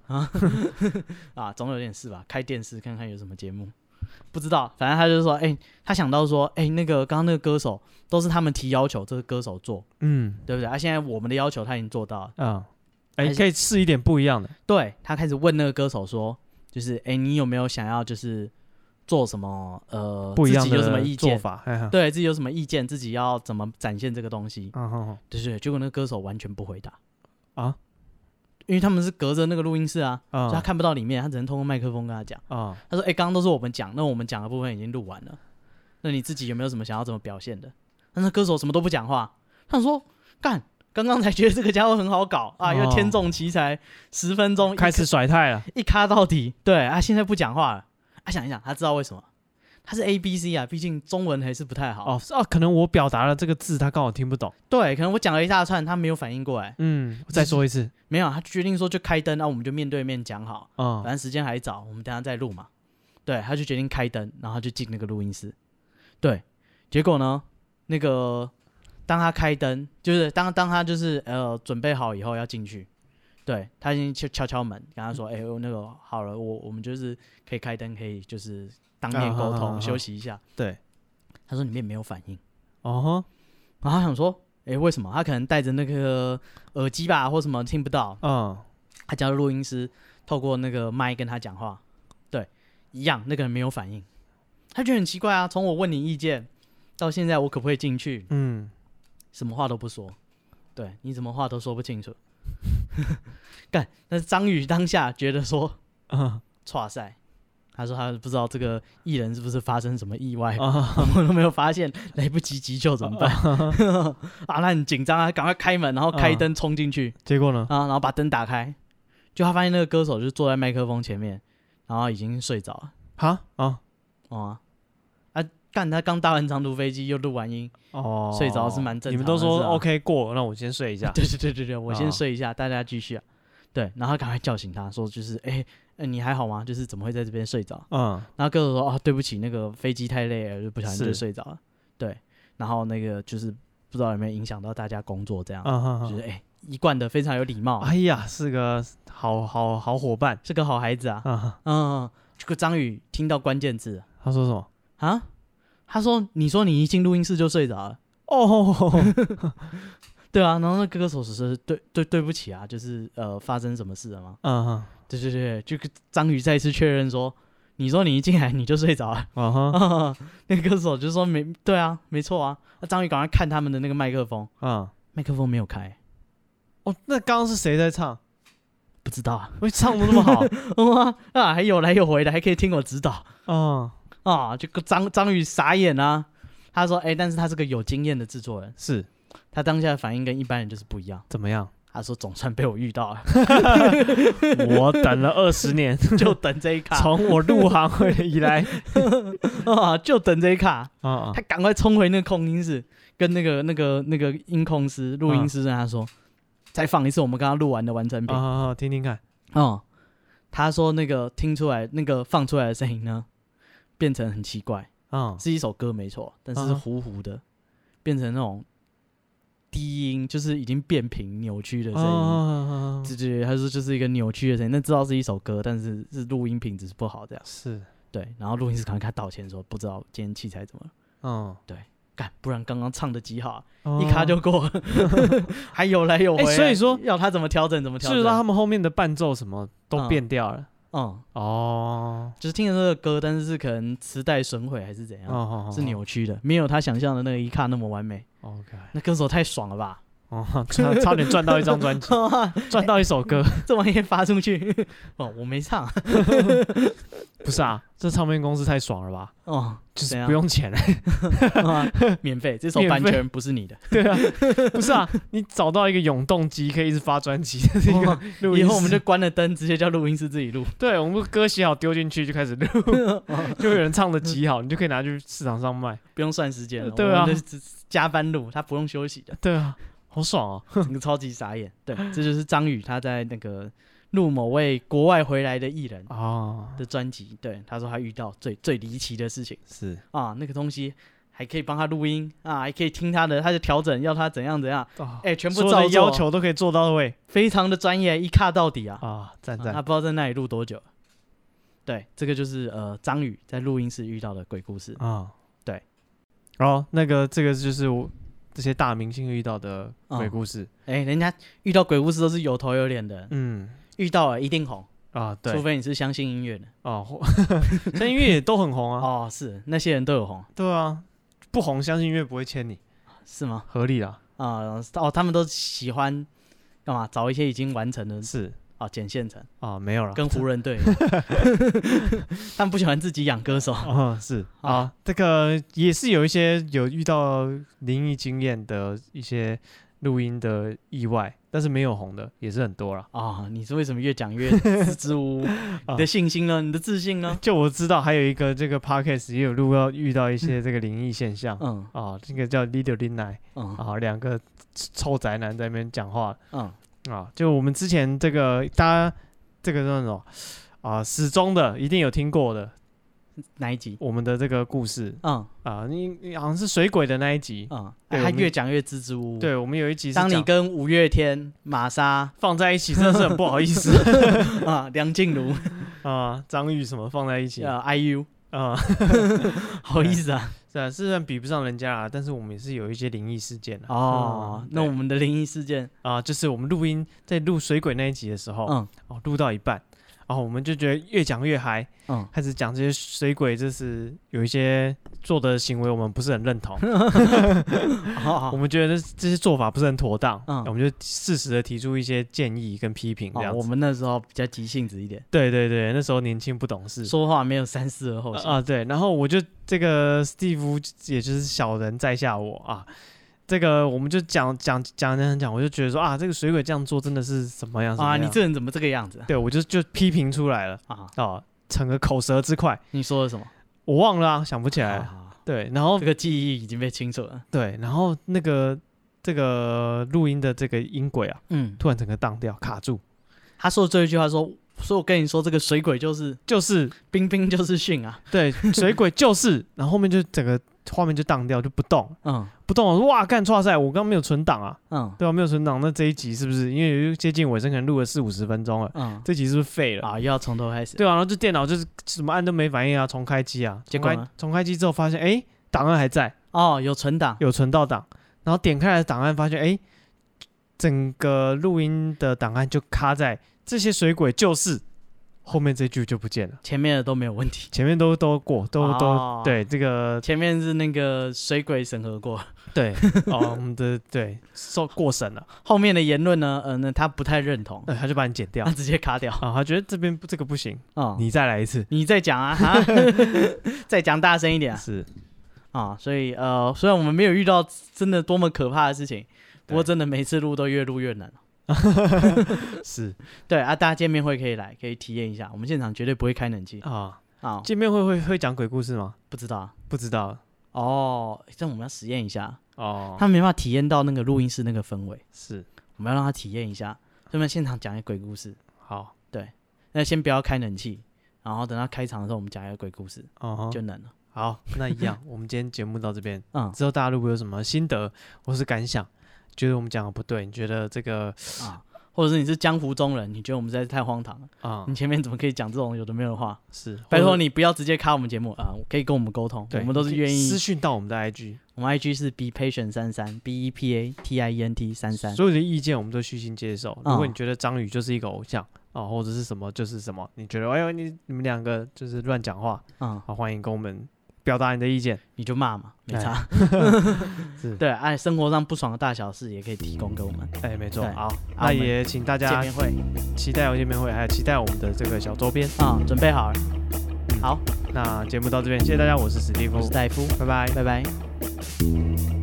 B: 啊？总有点事吧？开电视看看有什么节目，不知道。反正他就说，哎、他想到说，哎、那个刚刚那个歌手都是他们提要求，这个歌手做，
A: 嗯
B: 对不对？啊，现在我们的要求他已经做到了。
A: 嗯，
B: 还
A: 哎，
B: 是
A: 可以试一点不一样的，
B: 对他开始问那个歌手说，就是哎、你有没有想要就是做什么呃
A: 不一样
B: 自己有什么
A: 的
B: 意
A: 做
B: 见？
A: 法，嗯，
B: 对自己有什么意见，自己要怎么展现这个东西？
A: 嗯嗯
B: 对对，对结果那个歌手完全不回答
A: 啊，
B: 因为他们是隔着那个录音室啊，所以他
A: 嗯
B: 看不到里面，他只能通过麦克风跟他讲。
A: 嗯，
B: 他说：“哎、刚刚都是我们讲，那我们讲的部分已经录完了，那你自己有没有什么想要怎么表现的？”但是歌手什么都不讲话，他想说：“干，刚刚才觉得这个家伙很好搞啊，又
A: 哦
B: 天纵奇才，十分钟一
A: 开始甩态了，
B: 一卡到底。对啊，现在不讲话了。啊，想一想，他知道为什么。他是 A B C 啊，毕竟中文还是不太好。
A: 哦是哦，可能我表达了这个字，他刚好听不懂，
B: 对，可能我讲了一大串，他没有反应过来。
A: 嗯，再说一次，
B: 没有，他决定说就开灯，那、我们就面对面讲好，
A: 嗯
B: 反，正时间还早，我们等一下再录嘛。对，他就决定开灯，然后他就进那个录音室。对，结果呢，那个当他开灯，就是当当他就是呃准备好以后要进去，对他已经敲敲敲门，跟他说，哎、我那个好了，我我们就是可以开灯，可以就是当面
A: 啊
B: 沟
A: 好
B: 通，
A: 好好
B: 休息一下。
A: 对，
B: 他说里面没有反应，
A: 哦
B: 然后他想说，哎、为什么？他可能戴着那个耳机吧，或什么听不到。
A: 哼，嗯，
B: 他叫录音师透过那个麦跟他讲话，对，一样，那个人没有反应，他觉得很奇怪啊。从我问你意见到现在，我可不可以进去，
A: 嗯，
B: 什么话都不说，对，你怎么话都说不清楚。 干，但是张宇当下觉得说，
A: 嗯，
B: 哇塞，他说他不知道这个艺人是不是发生什么意外，
A: 啊，
B: 我都没有发现，来不及急救怎么办？ 啊，那很紧张啊，赶快开门，然后开灯冲进去。
A: 结果呢？
B: 啊，然后把灯打开，就他发现那个歌手就坐在麦克风前面，然后已经睡着了。
A: 哈啊
B: 哦、啊，啊，干他刚搭完长途飞机又录完音，
A: 哦，
B: 睡着是蛮正常的
A: 你们都
B: 是
A: 说
B: 吧
A: OK 过，那我先睡一下。
B: 对对对对对，我先
A: 哦
B: 睡一下，大家继续啊。对，然后赶快叫醒他说，就是哎、呃你还好吗？就是怎么会在这边睡着？
A: 嗯，
B: 然后歌手说啊，对不起，那个飞机太累了，就不小心就是睡着了。对，然后那个就是不知道有没有影响到大家工作这样，
A: 嗯哼
B: 就
A: 哼
B: 是哎、哦一贯的非常有礼貌，
A: 哎呀，是个好好好伙伴
B: 是个好孩子啊。
A: 啊、嗯！
B: 嗯，这个张宇听到关键字
A: 他说什么？
B: 啊，他说：“你说你一进录音室就睡着了，
A: 哦，
B: 对啊。”然后那个歌手只是对对对不起啊，就是呃发生什么事了吗？
A: 嗯哼，
B: 对对对，就跟张宇再一次确认说：“你说你一进来你就睡着了。
A: 嗯哼，
B: 那个歌手就说：“没对啊，没错啊。”那张宇赶快看他们的那个麦克风，
A: 嗯，
B: 麦克风没有开，
A: 哦，那刚刚是谁在唱？
B: 不知道啊，
A: 我唱的那么 好，
B: 哇啊，还有来有回的，还可以听我指导
A: 嗯，
B: 啊！就跟张张宇傻眼啊，他说：“哎、但是他是个有经验的制作人。”
A: 是
B: 他当下的反应跟一般人就是不一样。
A: 怎么样？
B: 他说：“总算被我遇到了，
A: 我等了二十 年，
B: 就等这一 卡，
A: 从我入行以 来，
B: 啊，就等这一卡。”
A: 啊、
B: 他赶快冲回那个控音室，跟那个那个那个音控师、录音师跟他说：“再放一次我们刚刚录完的完成
A: 嗯，
B: 品。
A: 啊、嗯，听听看，
B: 哦，他说：“那个听出来，那个放出来的声音呢，变成很奇怪，
A: 嗯，
B: 是一首歌没错，但是是
A: 嗯
B: 糊糊的，变成那种低音，就是已经变频扭曲
A: 哦
B: 的声音。
A: 啊，
B: 对对，对他说就是一个扭曲的声音，那知道是一首歌，但是是录音品质是不好这样。
A: 哦是，
B: 对，然后录音师赶快跟他道歉说，不知道今天器材怎么了，
A: 嗯，
B: 干，不然刚刚唱的极好，
A: 哦
B: 一卡就过 了，还有来有回、
A: 哎所以说
B: 要他怎么调整怎么调
A: 是
B: 整，
A: 让他们后面的伴奏什么都
B: 嗯
A: 变掉了。
B: 嗯，
A: 哦，
B: 就是听着这个歌，但是是可能磁带损毁还是怎样，
A: 哦，
B: 是扭曲的，没有他想象的那个一卡那么完美。
A: ，OK，
B: 那歌手太爽了吧？
A: 哦， 差差点赚到一张专辑，赚到一首歌，
B: 这玩意发出去，哦，我没唱
A: 不是啊？这唱片公司太爽了吧？
B: 哦，
A: 就是
B: 怎
A: 不用钱、
B: 样啊免费，这首
A: 免
B: 版
A: 费
B: 权不是你的，
A: 对啊，不是啊，你找到一个永动机可以一直发专辑的一个
B: 哦
A: 录音室，
B: 以后我们就关了灯，直接叫录音师自己录。
A: 对，我们歌写好丢进去就开始录，
B: 哦
A: 就有人唱的极好，你就可以拿去市场上卖。
B: 不用算时间了，
A: 对啊，
B: 我们就是加班录，他不用休息的
A: 对啊，好爽哦、
B: 整个超级傻眼。对，这就是张宇他在那个录某位国外回来的艺人
A: 啊！
B: 的专辑，对，他说他遇到最最离奇的事情
A: 是
B: 啊，那个东西还可以帮他录音啊，还可以听他的，他就调整要他怎样怎样，
A: 啊，
B: 哎、全部
A: 所有
B: 照
A: 的
B: 做
A: 要，求都可以做到位
B: 非常的专业，一卡到底啊。
A: 啊！赞
B: 啊
A: 赞、
B: 他不知道在那里录多久。对，这个就是呃张宇在录音室遇到的鬼故事。
A: 啊，
B: 对。
A: 然后那个这个就是我这些大明星遇到的鬼故事，
B: 哎、人家遇到鬼故事都是有头有脸的，
A: 嗯
B: 遇到了一定红。
A: 啊，
B: 除
A: 对
B: 非你是相信音乐的
A: 啊，或 相信音乐也都很红啊，
B: 哦，是那些人都有红，
A: 对啊，不红相信音乐不会签你，
B: 是吗？
A: 合理啦，
B: 啊、哦，他们都喜欢干嘛？找一些已经完成的
A: 是
B: 啊，捡现成，
A: 啊，没有了，
B: 跟湖 人队一 样，他们不喜欢自己养歌手。
A: 啊，是
B: 啊
A: 啊，这个也是有一些有遇到灵异经验的一些录音的意外，但是没有红的也是很多啦。
B: 啊、你是为什么越讲 越支支吾吾？
A: 哦
B: 你的信心呢？你的自信呢？
A: 就我知道还有一个这个 podcast 也有录到遇到一些这个灵异现象。
B: 嗯
A: 啊，这个叫 Leader l i n i
B: 嗯
A: 啊，两个臭宅男在那边讲话
B: 嗯，
A: 啊，就我们之前这个大家这个那种啊，始终的一定有听过的
B: 哪一集？
A: 我们的这个故事
B: 嗯
A: 啊，你你好像是水鬼的那一集，
B: 嗯，
A: 对
B: 哎
A: 我
B: 他
A: 们
B: 越讲越支支吾吾。，
A: 对我们有一集是
B: 嗯当你
A: 讲
B: 跟五月天、玛莎
A: 放在一起真的是很不好意思
B: 啊、梁静 茹、
A: 啊，张宇什么放在一起啊，
B: 呃 IU，好意思啊。
A: 是啊，虽然比不上人家啊，但是我们也是有一些灵异事件啊
B: 哦
A: 嗯，
B: 那我
A: 对
B: 们的灵异事件，
A: 啊，就是我们录音在录水鬼那一集的时候，
B: 嗯
A: 哦，录到一半，然后我们就觉得越讲越嗨，
B: 嗯，
A: 开始讲这些水鬼，就是有一些做的行为我们不是很认同，
B: 好好
A: 我们觉得这这些做法不是很妥当，
B: 嗯
A: 我们就适时的提出一些建议跟批评这
B: 好，
A: 样
B: 哦我
A: 子。
B: 们那时候比较急性子一点，
A: 对对对，那时候年轻不懂事，
B: 说话没有三思而后行。
A: 啊、对，然后我就这个 Steve 也就是小人在下我啊，这个我们就讲讲讲讲讲，我就觉得说啊，这个水鬼这样做真的是什么样什么
B: 啊，
A: 样
B: 你这人怎么这个样子
A: 对我就就批评出来了
B: 啊？
A: 啊，逞个口舌之快，
B: 你说了什么？
A: 我忘了、啊，想不起来了。
B: 啊
A: 对，然后
B: 这个记忆已经被清除了。
A: 对，然后那个这个录音的这个音轨啊，
B: 嗯，
A: 突然整个荡掉，卡住，
B: 他说这一句话说，所以我跟你说，这个水鬼就是
A: 就是
B: 冰冰就是训啊。
A: 对水鬼就是，然后后面就整个画面就荡掉，就不动
B: 嗯
A: 不动，我说哇干，哇塞，我刚没有存档啊。
B: 嗯
A: 对啊，没有存档，那这一集是不是因为接近尾声，可能录了四五十分钟了，
B: 嗯，
A: 这集是不是废了？
B: 啊，又要从头开始。
A: 对啊，然后这电脑就是什么按都没反应啊，重开机啊，
B: 结
A: 重
B: 果
A: 开
B: 呢
A: 重开机之后发现，哎，档案还在，
B: 哦，有存档。
A: 有存到档，然后点开来的档案发现，哎，整个录音的档案就卡在这些水鬼就是后面这句就不见了，
B: 前面的都没有问题，
A: 前面都都过，都、
B: 哦
A: 都对这个
B: 前面是那个水鬼审核过，
A: 对哦，我们的对受过审了，
B: 后面的言论呢，嗯，那他不太认同，
A: 对，他就把你剪 掉
B: 他直接卡掉。
A: 啊，他觉得这边不这个不行，
B: 啊，
A: 你再来一次，
B: 你再讲 啊，哈再讲大声一点啊
A: 是。
B: 啊！所以呃，虽然我们没有遇到真的多么可怕的事情，不过
A: 对
B: 真的每次录都越录越难。
A: 是
B: 对啊，大家见面会可以来，可以体验一下。我们现场绝对不会开冷气
A: 啊，
B: 啊，
A: 见面会会会讲鬼故事吗？
B: 不知道啊
A: 不知道
B: 哦，这我们要实验一下，
A: 哦
B: 他没办法体验到那个录音室那个氛围，
A: 是
B: 我们要让他体验一下。所以我们现场讲一个鬼故事，
A: 好
B: 那先不要开冷气，然后等到开场的时候我们讲一个鬼故事
A: 哦
B: 就
A: 吼，
B: 冷了。
A: 好，那一样，我们今天节目到这边
B: 嗯
A: 之后，大家如果有什么心得或是感想，觉得我们讲的不对，你觉得这个
B: 啊，或者是你是江湖中人，你觉得我们实在是太荒唐了。
A: 啊
B: 你前面怎么可以讲这种有的没有的话？
A: 是，
B: 嗯拜托
A: 你，
B: 你不要直接卡我们节目啊、可以跟我们沟通，我
A: 对，
B: 们都是
A: 你可以
B: 愿意
A: 私。讯到我们的 IG，
B: 我们 IG 是 be patient 三三 b e p a t i e n t 三三。
A: 所有的意见我们都虚心接受。如果
B: 嗯
A: 你觉得张宇就是一个偶像啊，或者是什么就是什么，你觉得哎呦你你们两个就是乱讲话
B: 嗯，
A: 啊，欢迎跟我们。表达你的意见。
B: 你就骂嘛，没
A: 哎
B: 差。
A: 是
B: 对，哎，生活上不爽的大小事也可以提供给我们。
A: 哎，没错，
B: 对
A: 好，
B: 啊
A: 那
B: 我们
A: 也请大
B: 见
A: 家
B: 面会
A: 期待我见面会，还有期待我们的这个小周边。
B: 啊、准备好了。
A: 嗯
B: 好，
A: 那节目到这边，谢谢大家，我是史蒂夫
B: 我是，戴夫，
A: 拜拜。
B: 拜拜。